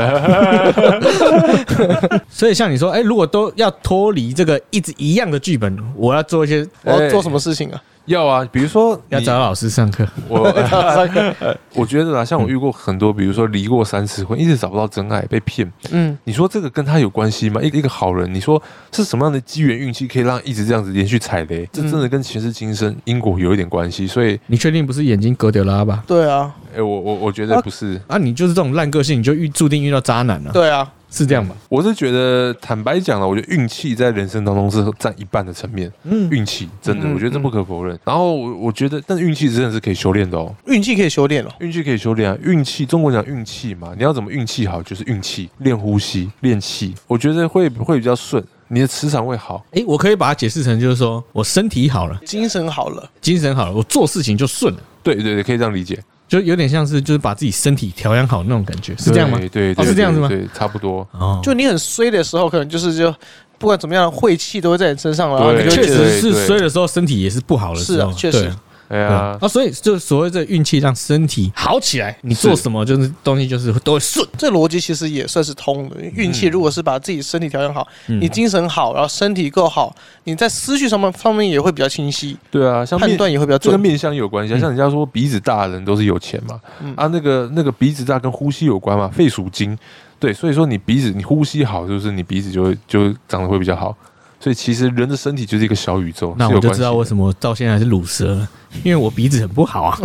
[SPEAKER 2] (laughs) 所以像你说，哎、如果都要脱离这个一直一样的剧本，我要做一些，
[SPEAKER 3] 我要做什
[SPEAKER 1] 么
[SPEAKER 3] 么事情
[SPEAKER 2] (laughs)
[SPEAKER 3] 啊？
[SPEAKER 1] 要啊，比如说
[SPEAKER 2] 要
[SPEAKER 1] 你
[SPEAKER 2] 找老师上课，
[SPEAKER 1] 我，呃
[SPEAKER 3] 三个，
[SPEAKER 1] 我觉得啊，像我遇过很多，比如说离过三次婚，一直找不到真爱，被骗，
[SPEAKER 3] 嗯，
[SPEAKER 1] 你说这个跟他有关系吗？一个一个好人，你说是什么样的机缘运气可以让一直这样子连续踩雷？这真的跟前世今生因果有一点关系，所以，
[SPEAKER 2] 你确定不是眼睛格掉拉吧？
[SPEAKER 3] 对啊，
[SPEAKER 1] 哎、我我我觉得不是，
[SPEAKER 2] 啊，你就是这种烂个性，你就遇注定遇到渣男了、
[SPEAKER 3] 对啊，
[SPEAKER 2] 是这样吧？
[SPEAKER 1] 我是觉得坦白讲了，我觉得运气在人生当中是占一半的层面，
[SPEAKER 2] 嗯，
[SPEAKER 1] 运气真的，
[SPEAKER 3] 嗯
[SPEAKER 1] 我觉得这不可否认。然后我我觉得，但运气真的是可以修炼的哦，
[SPEAKER 3] 运气可以修炼哦。
[SPEAKER 1] 运气可以修炼啊，运气，中国讲运气嘛，你要怎么运气好，就是运气，练呼吸，练气，我觉得会会比较顺，你的磁场会好。
[SPEAKER 2] 哎、我可以把它解释成就是说我身体好了，
[SPEAKER 3] 精神好了，
[SPEAKER 2] 精神好了，我做事情就顺了，
[SPEAKER 1] 对对对，可以这样理解，
[SPEAKER 2] 就有点像是就是把自己身体调养好那种感觉，是这样吗？
[SPEAKER 1] 对对
[SPEAKER 2] 哦
[SPEAKER 1] 对，
[SPEAKER 2] 是这样子吗
[SPEAKER 1] 对，对差不多。
[SPEAKER 2] 哦，
[SPEAKER 3] 就你很衰的时候，可能就是就不管怎么样，晦气都会在你身上，然后
[SPEAKER 1] 对
[SPEAKER 3] 你就
[SPEAKER 2] 确
[SPEAKER 3] 觉
[SPEAKER 1] 对
[SPEAKER 3] 得
[SPEAKER 2] 实是衰的时候身体也是不好的时候，
[SPEAKER 3] 是啊确实
[SPEAKER 2] 对
[SPEAKER 1] 哎呀，
[SPEAKER 2] 啊，所以就所谓的运气让身体好起来，你做什么就是东西就是都会顺。
[SPEAKER 3] 这逻辑其实也算是通的。运气如果是把自己身体调养好，
[SPEAKER 2] 嗯
[SPEAKER 3] 你精神好，然后身体够好，你在思绪上面方面也会比较清晰，
[SPEAKER 1] 对啊，像
[SPEAKER 3] 判
[SPEAKER 1] 面
[SPEAKER 3] 断也会比较
[SPEAKER 1] 这跟
[SPEAKER 3] 准。
[SPEAKER 1] 面相有关系啊，像人家说鼻子大的人都是有钱嘛，
[SPEAKER 3] 嗯
[SPEAKER 1] 啊，那个那个鼻子大跟呼吸有关嘛，肺属金，对，所以说你鼻子你呼吸好，就是你鼻子就会就长得会比较好。所以其实人的身体就是一个小宇宙，
[SPEAKER 2] 那
[SPEAKER 1] 是
[SPEAKER 2] 我
[SPEAKER 1] 有
[SPEAKER 2] 就
[SPEAKER 1] 关系
[SPEAKER 2] 知
[SPEAKER 1] 的
[SPEAKER 2] 道为什么到现在还是乳蛇了，因为我鼻子很不好啊，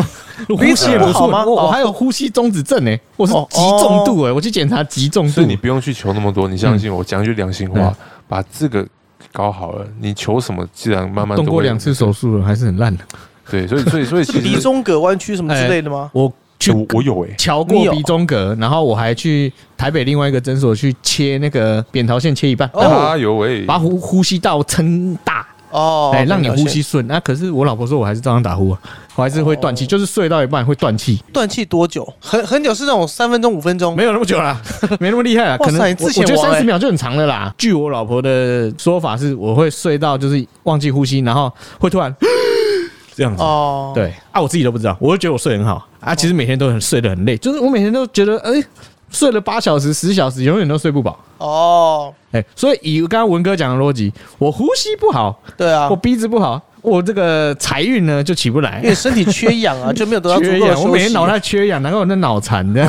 [SPEAKER 2] 我呼吸也不
[SPEAKER 3] 鼻子
[SPEAKER 2] 好
[SPEAKER 3] 不好吗
[SPEAKER 2] 我我
[SPEAKER 3] 哦
[SPEAKER 2] 还有呼吸中止症呢、欸我是
[SPEAKER 3] 哦
[SPEAKER 2] 极重度哎、我去检查极重
[SPEAKER 1] 所
[SPEAKER 2] 度
[SPEAKER 1] 以。你不用去求那么多，你相信我，讲一句良心话，把这个搞好了，你求什么自然慢慢
[SPEAKER 2] 动
[SPEAKER 1] 都
[SPEAKER 2] 过
[SPEAKER 1] 会
[SPEAKER 2] 两次手术了，还是很烂的。
[SPEAKER 1] 对，所以所以所以
[SPEAKER 3] (laughs)
[SPEAKER 1] 其
[SPEAKER 3] 鼻
[SPEAKER 1] 实
[SPEAKER 3] 中隔弯曲什
[SPEAKER 2] 哎
[SPEAKER 3] 么之类的吗？
[SPEAKER 2] 我去
[SPEAKER 1] 我我有哎、
[SPEAKER 2] 瞧
[SPEAKER 3] 你
[SPEAKER 2] 过
[SPEAKER 3] 有
[SPEAKER 2] 鼻中隔，然后我还去台北另外一个诊所去切那个扁桃腺切一半，
[SPEAKER 1] 啊有哎、
[SPEAKER 2] 把呼呼吸道撑大，
[SPEAKER 3] 哦，
[SPEAKER 2] 哎，让你
[SPEAKER 3] 了
[SPEAKER 2] 呼
[SPEAKER 3] 解
[SPEAKER 2] 吸顺。那可是我老婆说我还是照样打呼啊，我还是会断气，
[SPEAKER 3] 哦
[SPEAKER 2] 就是睡到一半会断气。
[SPEAKER 3] 断气多久？很很久是那种三分钟、五分钟，
[SPEAKER 2] 没有那么久
[SPEAKER 3] (laughs)
[SPEAKER 2] 啦，没那么厉害啦，
[SPEAKER 3] 哦哇
[SPEAKER 2] 可能
[SPEAKER 3] 塞
[SPEAKER 2] 我
[SPEAKER 3] 之前
[SPEAKER 2] 我觉得
[SPEAKER 3] 王
[SPEAKER 2] 三
[SPEAKER 3] 欸
[SPEAKER 2] 十秒就很长了啦。据我老婆的说法是，我会睡到就是忘记呼吸，然后会突
[SPEAKER 3] (gasps)
[SPEAKER 2] 然这样子。
[SPEAKER 3] 哦，，
[SPEAKER 2] 对啊，我自己都不知道，我就觉得我睡很好啊，其实每天都很睡得很累，就是我每天都觉得哎、睡了八小时、十小时，永远都睡不饱。
[SPEAKER 3] 哦，
[SPEAKER 2] 哎、所以以刚刚文哥讲的逻辑，我呼吸不好，
[SPEAKER 3] 对啊
[SPEAKER 2] 我，鼻子不好，我这个财运呢就起不来
[SPEAKER 3] 因，为身体缺氧啊，就没有得到足
[SPEAKER 2] 缺
[SPEAKER 3] 够的
[SPEAKER 2] 氧，
[SPEAKER 3] 休息。
[SPEAKER 2] 我每天脑袋缺氧，难怪我那脑残的，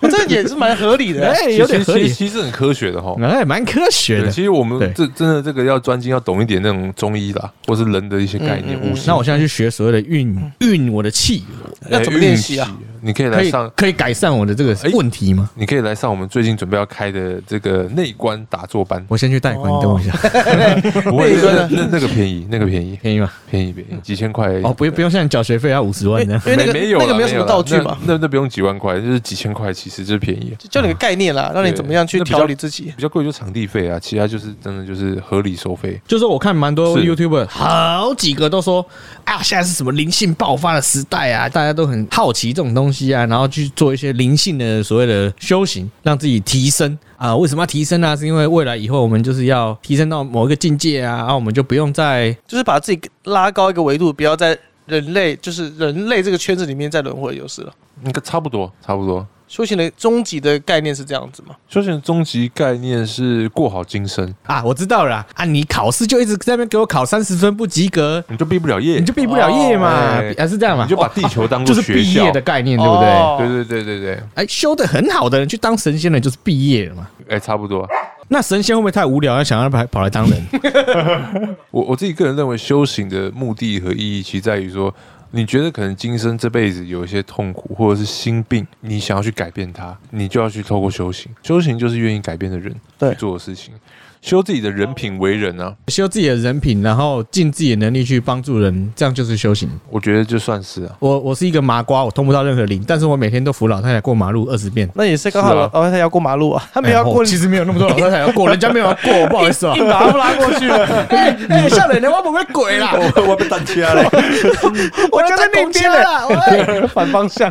[SPEAKER 3] 我 (laughs) 这也是蛮合理的。
[SPEAKER 2] (laughs) 哎，有点
[SPEAKER 1] 哦其
[SPEAKER 2] 合
[SPEAKER 1] 实其
[SPEAKER 2] 理
[SPEAKER 1] 实，其实很科学的哈。
[SPEAKER 2] 哎，蛮科学
[SPEAKER 1] 对，
[SPEAKER 2] 的
[SPEAKER 1] 其。实我们
[SPEAKER 2] 对
[SPEAKER 1] 这真的这个要专精，要懂一点那种中医啦，或是人的一些概念。
[SPEAKER 3] 嗯嗯嗯
[SPEAKER 1] 五行
[SPEAKER 2] 那我现在去学所谓的
[SPEAKER 1] 嗯
[SPEAKER 2] 运运我的气，
[SPEAKER 3] 那怎么练习？啊
[SPEAKER 1] 哎运气你可以
[SPEAKER 2] 可
[SPEAKER 1] 来
[SPEAKER 2] 以
[SPEAKER 1] 上，
[SPEAKER 2] 可以改善我的这个
[SPEAKER 1] 哎
[SPEAKER 2] 问题吗？
[SPEAKER 1] 你可以来上我们最近准备要开的这个内观打坐班。
[SPEAKER 2] 我先去贷款，
[SPEAKER 3] 哦
[SPEAKER 2] 你等我一下， (laughs)
[SPEAKER 1] 不会，
[SPEAKER 3] 内观
[SPEAKER 1] 那
[SPEAKER 3] 啊
[SPEAKER 1] 那那个便宜，那个便宜，
[SPEAKER 2] 便宜吗？
[SPEAKER 1] 便宜便宜，几千块而已
[SPEAKER 2] 哦，不用不用，现在缴学费要五十万
[SPEAKER 3] 因
[SPEAKER 2] 呢
[SPEAKER 3] 为。因为那个
[SPEAKER 1] 没没有啦
[SPEAKER 3] 那个没有什么
[SPEAKER 1] 啦
[SPEAKER 3] 道具
[SPEAKER 1] 那
[SPEAKER 3] 嘛，
[SPEAKER 1] 那那不用几万块，就是几千块，其实就是便宜。
[SPEAKER 3] 就教你个概念啦，让你怎么样去
[SPEAKER 1] 那比较
[SPEAKER 3] 调理自己。
[SPEAKER 1] 比较贵就场地费啊，其他就是真的就是合理收费。
[SPEAKER 2] 就是我看蛮多
[SPEAKER 1] 是
[SPEAKER 2] YouTuber，好几个都说，啊，现在是什么灵性爆发的时代啊，大家都很好奇这种东西啊，然后去做一些灵性的所谓的修行，让自己提升啊。为什么要提升呢、是因为未来以后我们就是要提升到某一个境界啊，啊，我们就不用再
[SPEAKER 3] 就是把自己拉高一个维度，不要在人类就是人类这个圈子里面再轮回就是了。
[SPEAKER 1] 应该差不多，差不多。
[SPEAKER 3] 修行的终极的概念是这样子嘛？
[SPEAKER 1] 修行的终极概念是过好今生，
[SPEAKER 2] 啊，我知道了啦啊，你考试就一直在那边给我考三十分不及格，
[SPEAKER 1] 你就毕不了业，
[SPEAKER 2] 你就毕不了业嘛，
[SPEAKER 1] 哦
[SPEAKER 2] 还、是这样嘛，
[SPEAKER 1] 你就把地球当
[SPEAKER 2] 就
[SPEAKER 3] (laughs)
[SPEAKER 1] 做学
[SPEAKER 2] 是毕
[SPEAKER 1] 校
[SPEAKER 2] 业的。概念，对不对？
[SPEAKER 3] 哦
[SPEAKER 1] 对对对对对，
[SPEAKER 2] 哎，修的很好的人去当神仙了，就是毕业了嘛。
[SPEAKER 1] 哎、差不多。
[SPEAKER 2] 那神仙会不会太无聊，要想要跑跑来当人？
[SPEAKER 1] 我我自己个人认为，修行的目的和意义，其实在于说，你觉得可能今生这辈子有一些痛苦或者是心病，你想要去改变它，你就要去透过修行。修行就是愿意改变的人
[SPEAKER 3] 对
[SPEAKER 1] 去做的事情，修自己的人品为人啊，
[SPEAKER 2] 修自己的人品，然后尽自己的能力去帮助人，这样就是修行。
[SPEAKER 1] 我觉得就算是啊。
[SPEAKER 2] 我我是一个麻瓜，我通不到任何灵，但是我每天都扶老太太过马路二十遍。
[SPEAKER 3] 那也是刚好
[SPEAKER 1] 是
[SPEAKER 3] 老
[SPEAKER 1] 啊
[SPEAKER 3] 太太要过马路啊，他没有要
[SPEAKER 2] 哎
[SPEAKER 3] 过
[SPEAKER 2] 哦，其实没有那么多老太太要过，人家没有要过，不好意思啊。
[SPEAKER 3] 硬把他拉过去了。
[SPEAKER 2] (laughs) 哎哎，吓人了， (laughs) 我不会鬼啦，
[SPEAKER 1] 我被单掐了，
[SPEAKER 3] 我就在那边了，
[SPEAKER 2] 了。喂
[SPEAKER 3] (laughs) 反方
[SPEAKER 2] (laughs)
[SPEAKER 3] 向。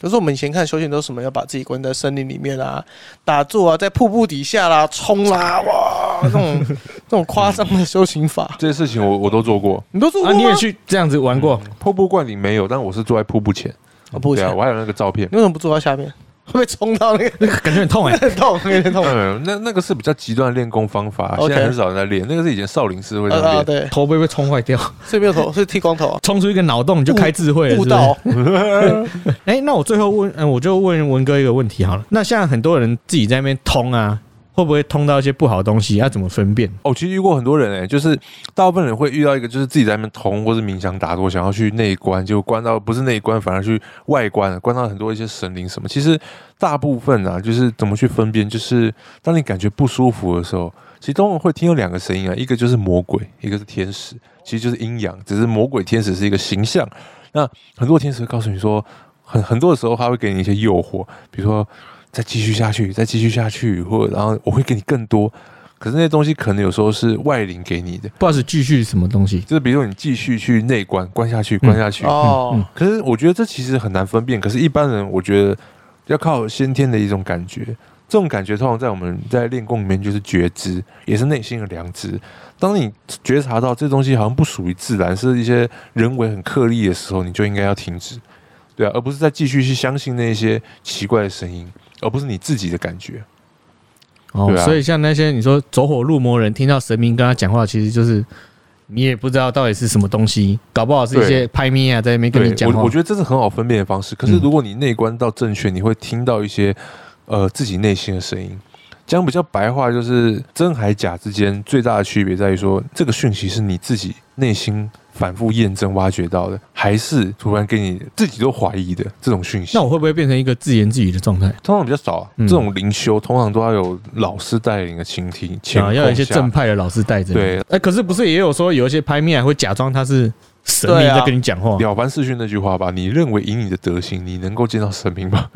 [SPEAKER 3] 可是我们以前看修行都是什么，要把自己关在森林里面啊，打坐啊，在瀑布底下啦、冲啦，哇，那种那种夸张的修行法，
[SPEAKER 1] 这些事情我我都做过，
[SPEAKER 3] 你都做过
[SPEAKER 2] 啊，
[SPEAKER 3] 吗？
[SPEAKER 2] 你也去这样子玩过？
[SPEAKER 1] 瀑布灌顶没有，但我是坐在瀑布前，
[SPEAKER 3] 哦不
[SPEAKER 1] 对
[SPEAKER 3] 行
[SPEAKER 1] 啊，，我还有那个照
[SPEAKER 3] (laughs)
[SPEAKER 1] 片。
[SPEAKER 3] 你为什么不坐到下面？会不会冲到那个
[SPEAKER 2] 感觉很痛哎。
[SPEAKER 3] 很痛，有点痛？
[SPEAKER 1] 嗯，那那个是比较极端的练功方法，现
[SPEAKER 3] OK
[SPEAKER 1] 在很少人在练。那个是以前少林寺会这
[SPEAKER 3] 啊，
[SPEAKER 1] 样练，
[SPEAKER 2] (laughs)
[SPEAKER 3] 对，
[SPEAKER 2] 头被被冲坏掉，
[SPEAKER 3] 所以没有头，所以剃光头啊，
[SPEAKER 2] 冲出一个脑洞你就开智慧了，是
[SPEAKER 3] 悟
[SPEAKER 2] 不是 (laughs)
[SPEAKER 3] 道。
[SPEAKER 2] 哎、那我最后问，嗯，我就问文哥一个问题好了。那现在很多人自己在那边通啊，会不会通到一些不好的东西？要怎么分辨？
[SPEAKER 1] 哦，其实遇过很多人诶、就是大部分人会遇到一个，就是自己在那边通或是冥想打坐，想要去内观，结果关到不是内观，反而去外观了，关到很多一些神灵什么。其实大部分啊，就是怎么去分辨，就是当你感觉不舒服的时候，其实通常会听到两个声音啊，一个就是魔鬼，一个是天使，其实就是阴阳，只是魔鬼天使是一个形象。那很多天使会告诉你说，很很多的时候他会给你一些诱惑，比如说再继续下去，再继续下去，或者然后我会给你更多。可是那些东西可能有时候是外灵给你的，
[SPEAKER 2] 不知道是继续什么东西？
[SPEAKER 1] 就是比如说你继续去内观，关下去，关下去。
[SPEAKER 3] 哦
[SPEAKER 2] 嗯，
[SPEAKER 1] 可是我觉得这其实很难分辨。可是，一般人我觉得要靠先天的一种感觉，这种感觉通常在我们在练功里面就是觉知，也是内心的良知。当你觉察到这东西好像不属于自然，是一些人为很刻意的时候，你就应该要停止，对啊，而不是再继续去相信那些奇怪的声音，而不是你自己的感觉。
[SPEAKER 2] 哦，
[SPEAKER 1] 对啊
[SPEAKER 2] 所以像那些你说走火入魔人，听到神明跟他讲话，其实就是你也不知道到底是什么东西，搞不好是一些拍咪啊在那边跟
[SPEAKER 1] 对，
[SPEAKER 2] 你讲话。嗯
[SPEAKER 1] 我我觉得这是很好分辨的方式。可是如果你内观到正确，你会听到一些呃自己内心的声音。讲比较白话，就是真还假之间最大的区别在于说，这个讯息是你自己内心反复验证、挖掘到的，还是突然给你自己都怀疑的这种讯息
[SPEAKER 2] 那。我会不会变成一个自言自语的状态
[SPEAKER 1] 通常比较少、啊，
[SPEAKER 2] 嗯
[SPEAKER 1] 这种灵修通常都要有老师带领的倾听，前
[SPEAKER 2] 啊？要有一些
[SPEAKER 1] 后下
[SPEAKER 2] 正派的老师带着。
[SPEAKER 1] 对
[SPEAKER 2] 哎、可是不是也有说有一些拍咪啊会假装他是神明
[SPEAKER 3] 对啊
[SPEAKER 2] 在跟你讲话？
[SPEAKER 1] 了凡四训那句话吧，你认为以你的德行，你能够见到神明吗？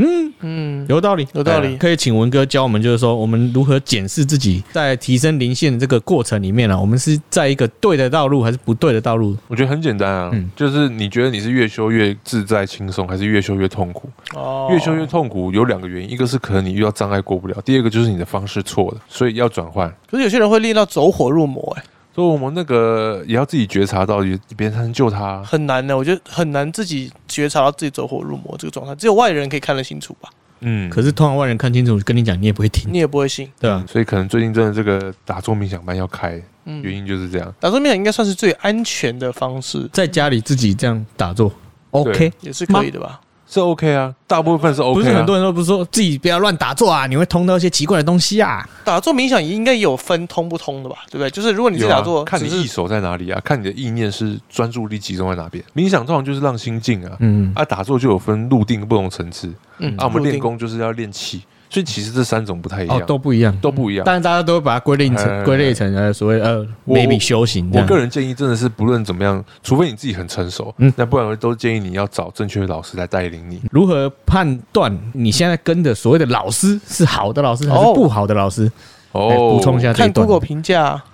[SPEAKER 3] 嗯，
[SPEAKER 2] 有道理，
[SPEAKER 3] 有道理
[SPEAKER 2] 可以请文哥教我们，就是说我们如何检视自己在提升灵性的这个过程里面呢、啊？我们是在一个对的道路还是不对的道路？
[SPEAKER 1] 我觉得很简单啊，
[SPEAKER 2] 嗯
[SPEAKER 1] 就是你觉得你是越修越自在轻松，还是越修越痛苦？
[SPEAKER 2] 啊
[SPEAKER 3] 哦
[SPEAKER 1] 越修越痛苦有两个原因，一个是可能你遇到障碍过不了，第二个就是你的方式错了，所以要转换。
[SPEAKER 3] 可是有些人会练到走火入魔，哎，
[SPEAKER 1] 所以我们那个也要自己觉察到，也别人才能救他啊、
[SPEAKER 3] 很难的，我觉得很难自己觉察到自己走火入魔这个状态，只有外人可以看得清楚吧，
[SPEAKER 1] 嗯，
[SPEAKER 2] 可是通常外人看清楚跟你讲，你也不会听
[SPEAKER 3] 你，也不会信。
[SPEAKER 2] 对吧？
[SPEAKER 1] 所以可能最近真的这个打坐冥想班要开，
[SPEAKER 3] 嗯
[SPEAKER 1] 原因就是这样。
[SPEAKER 3] 打桌面应该算是最安全的方式，
[SPEAKER 2] 在家里自己这样打坐，OK，
[SPEAKER 3] 也是可以的吧？
[SPEAKER 1] 是 OK 啊，大部分是 OK 啊。
[SPEAKER 2] 不是很多人都不是说自己不要乱打坐啊，你会通到一些奇怪的东西啊。
[SPEAKER 3] 打坐冥想也应该也有分通不通的吧？对不对？就是如果你自己
[SPEAKER 1] 有啊
[SPEAKER 3] 打坐，
[SPEAKER 1] 看
[SPEAKER 3] 只
[SPEAKER 1] 你意
[SPEAKER 3] 是
[SPEAKER 1] 手在哪里啊，看你的意念是专注力集中在哪边。冥想通常就是让心静啊，
[SPEAKER 2] 嗯，
[SPEAKER 1] 啊，打坐就有分入定不同层次，
[SPEAKER 3] 嗯
[SPEAKER 1] 啊，我们
[SPEAKER 3] 入定
[SPEAKER 1] 练功就是要练气，所以其实这三种不太一样，
[SPEAKER 2] 哦，都不一样。
[SPEAKER 1] 都不一样。
[SPEAKER 2] 但是大家都把它归类成
[SPEAKER 1] 哎
[SPEAKER 2] 归类成呃所谓呃
[SPEAKER 1] 我
[SPEAKER 2] maybe 修行这
[SPEAKER 1] 我
[SPEAKER 2] 样。
[SPEAKER 1] 个人建议真的是不论怎么样，除非你自己很成熟，
[SPEAKER 2] 嗯
[SPEAKER 1] 那不然我都建议你要找正确的老师来带领你。
[SPEAKER 2] 如何判断你现在跟的所谓的老师是好的老师还是
[SPEAKER 3] 哦
[SPEAKER 2] 不好的老师？
[SPEAKER 1] 哦
[SPEAKER 2] 哎，补充一下这
[SPEAKER 3] 看
[SPEAKER 2] 一段。
[SPEAKER 3] Google 评价啊，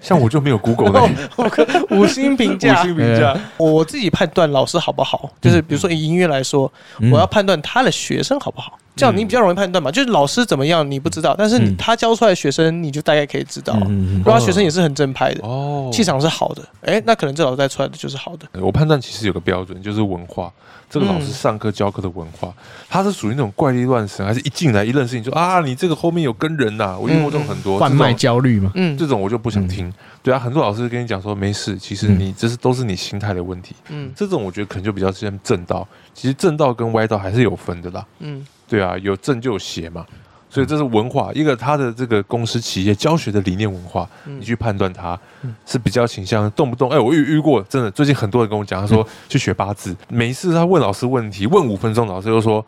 [SPEAKER 1] 像我就没有 Google
[SPEAKER 2] (laughs)
[SPEAKER 1] 呢，
[SPEAKER 3] (laughs) 五星评价
[SPEAKER 1] 五。星评价，嗯
[SPEAKER 3] 我自己判断老师好不好，就是比如说以音乐来说，
[SPEAKER 2] 嗯
[SPEAKER 3] 我要判断他的学生好不好，这样你比较容易判断嘛。
[SPEAKER 1] 嗯
[SPEAKER 3] 就是老师怎么样你不知道，但是你
[SPEAKER 2] 嗯
[SPEAKER 3] 他教出来的学生你就大概可以知道，如
[SPEAKER 2] 嗯嗯嗯
[SPEAKER 3] 果他学生也是很正派的，
[SPEAKER 1] 哦，
[SPEAKER 3] 气场是好的，哎，那可能这老师带出来的就是好的。
[SPEAKER 1] 我判断其实有个标准，就是文化。这个老师
[SPEAKER 3] 嗯
[SPEAKER 1] 上课教课的文化，他是属于那种怪力乱神，还是一进来一认识你就啊，你这个后面有跟人呐、我遇过这种很多
[SPEAKER 2] 贩卖
[SPEAKER 1] 这种
[SPEAKER 2] 焦虑
[SPEAKER 3] (laughs)
[SPEAKER 2] 嘛。
[SPEAKER 3] 嗯
[SPEAKER 1] 这种我就不想听。对啊，很多老师跟你讲说没事，其
[SPEAKER 2] 嗯
[SPEAKER 1] 实你这是都是你心态的问题。
[SPEAKER 3] 嗯
[SPEAKER 1] 这种我觉得可能就比较像正道，其实正道跟歪道还是有分的啦。
[SPEAKER 3] 嗯，
[SPEAKER 1] 对啊，有正就有邪嘛，所以这是文化，一个他的这个公司企业教学的理念文化，
[SPEAKER 3] 嗯
[SPEAKER 1] 你去判断它是比较倾向动不动哎，我遇遇过，真的最近很多人跟我讲，他说去学八字，每一次他问老师问题，问五分钟，老师就说。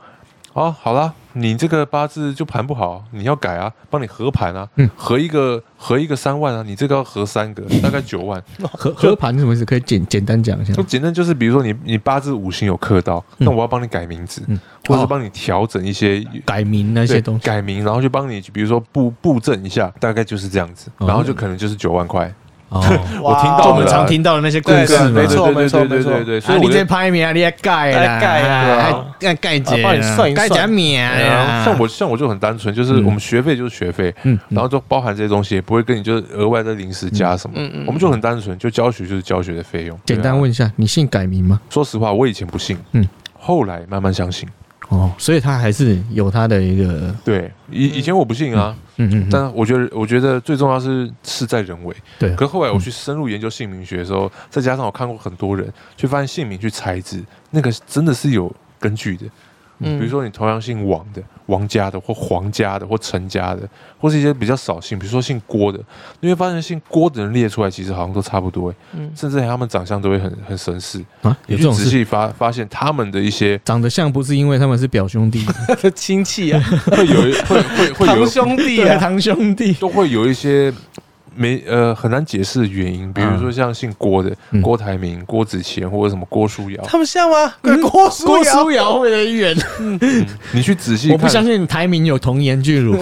[SPEAKER 1] 啊，好啦，你这个八字就盘不好，你要改啊，帮你合盘啊，
[SPEAKER 2] 嗯
[SPEAKER 1] 合一个合一个三万啊，你这个要合三个，大概九万，
[SPEAKER 2] 合合盘是什么意思？可以简简单讲一下
[SPEAKER 1] 就。简单就是，比如说你你八字五行有克到，那
[SPEAKER 2] 嗯
[SPEAKER 1] 我要帮你改名字，
[SPEAKER 2] 嗯
[SPEAKER 1] 或者
[SPEAKER 2] 哦
[SPEAKER 1] 是帮你调整一些
[SPEAKER 2] 改名那些
[SPEAKER 1] 对
[SPEAKER 2] 东西。
[SPEAKER 1] 改名，然后就帮你，比如说布布阵一下，大概就是这样子，
[SPEAKER 2] 哦
[SPEAKER 1] 然后就可能就是九万块。
[SPEAKER 2] 哦，
[SPEAKER 1] 我听
[SPEAKER 2] 就
[SPEAKER 1] 到
[SPEAKER 2] 我们
[SPEAKER 1] 了
[SPEAKER 2] 常听到的那些故
[SPEAKER 3] 对
[SPEAKER 2] 事嘛。
[SPEAKER 3] 没错
[SPEAKER 1] 对
[SPEAKER 3] 没错
[SPEAKER 1] 对对
[SPEAKER 3] 没错
[SPEAKER 1] 对对对，所
[SPEAKER 2] 所
[SPEAKER 1] 以
[SPEAKER 2] 以啊你
[SPEAKER 1] 我
[SPEAKER 2] 这
[SPEAKER 1] 就。
[SPEAKER 2] 拍名，你也盖啦，
[SPEAKER 3] 来盖
[SPEAKER 2] 啊
[SPEAKER 3] 啊，
[SPEAKER 2] 盖盖姐
[SPEAKER 3] 啊，帮你算一
[SPEAKER 2] 盖
[SPEAKER 3] 算
[SPEAKER 2] 姐名
[SPEAKER 1] 哎呀
[SPEAKER 2] 啊，
[SPEAKER 1] 像我像我就很单纯，就是
[SPEAKER 2] 嗯
[SPEAKER 1] 我们学费就是学费，
[SPEAKER 2] 嗯，嗯
[SPEAKER 1] 然后就包含这些东西，也不会跟你就是额外的零食加什么，
[SPEAKER 3] 嗯嗯嗯
[SPEAKER 1] 我们就很单纯，就教学就是教学的费用。
[SPEAKER 2] 简
[SPEAKER 1] 对啊
[SPEAKER 2] 单问，一下，你姓改名吗？
[SPEAKER 1] 说实话，我以前不信，
[SPEAKER 2] 嗯
[SPEAKER 1] 嗯，后来慢慢相信。
[SPEAKER 2] 哦，所以他还是有他的一个，
[SPEAKER 1] 对，以以前我不信啊，
[SPEAKER 2] 嗯嗯，嗯
[SPEAKER 1] 但我觉得我觉得最重要是事在人为。
[SPEAKER 2] 对，啊
[SPEAKER 1] 可后来我去深入研究姓名学的时候，再加上我看过很多人，去发现姓名去猜字，那个真的是有根据的。
[SPEAKER 3] 嗯
[SPEAKER 1] 比如说你同样姓王的、王家的，或黄家的，或陈家的，或是一些比较少姓，比如说姓郭的，你会发现姓郭的人列出来其实好像都差不多，欸
[SPEAKER 3] 嗯
[SPEAKER 1] 甚至连他们长相都会很很神似。
[SPEAKER 2] 啊，
[SPEAKER 1] 你
[SPEAKER 2] 有这
[SPEAKER 1] 去
[SPEAKER 2] 种
[SPEAKER 1] 仔
[SPEAKER 2] 事，
[SPEAKER 1] 细发发现他们的一些
[SPEAKER 2] 长得像不是因为他们是表兄弟，
[SPEAKER 3] 亲戚
[SPEAKER 2] (laughs)
[SPEAKER 3] 啊，
[SPEAKER 1] 会有一会会会有
[SPEAKER 3] 堂
[SPEAKER 1] 一
[SPEAKER 3] 兄弟
[SPEAKER 2] 对啊，
[SPEAKER 3] 啊，
[SPEAKER 2] 堂兄弟，
[SPEAKER 1] 都会有一些没呃很难解释的原因，比如说像姓郭的、
[SPEAKER 2] 嗯
[SPEAKER 1] 郭台铭、郭子乾或者什么郭书瑶，
[SPEAKER 3] 他们像吗？郭
[SPEAKER 2] 郭
[SPEAKER 3] 书
[SPEAKER 2] 书
[SPEAKER 3] 瑶，
[SPEAKER 2] 瑶会的远，
[SPEAKER 1] 你去仔细
[SPEAKER 2] 我不
[SPEAKER 1] 看，
[SPEAKER 2] 相信台名有童颜巨乳，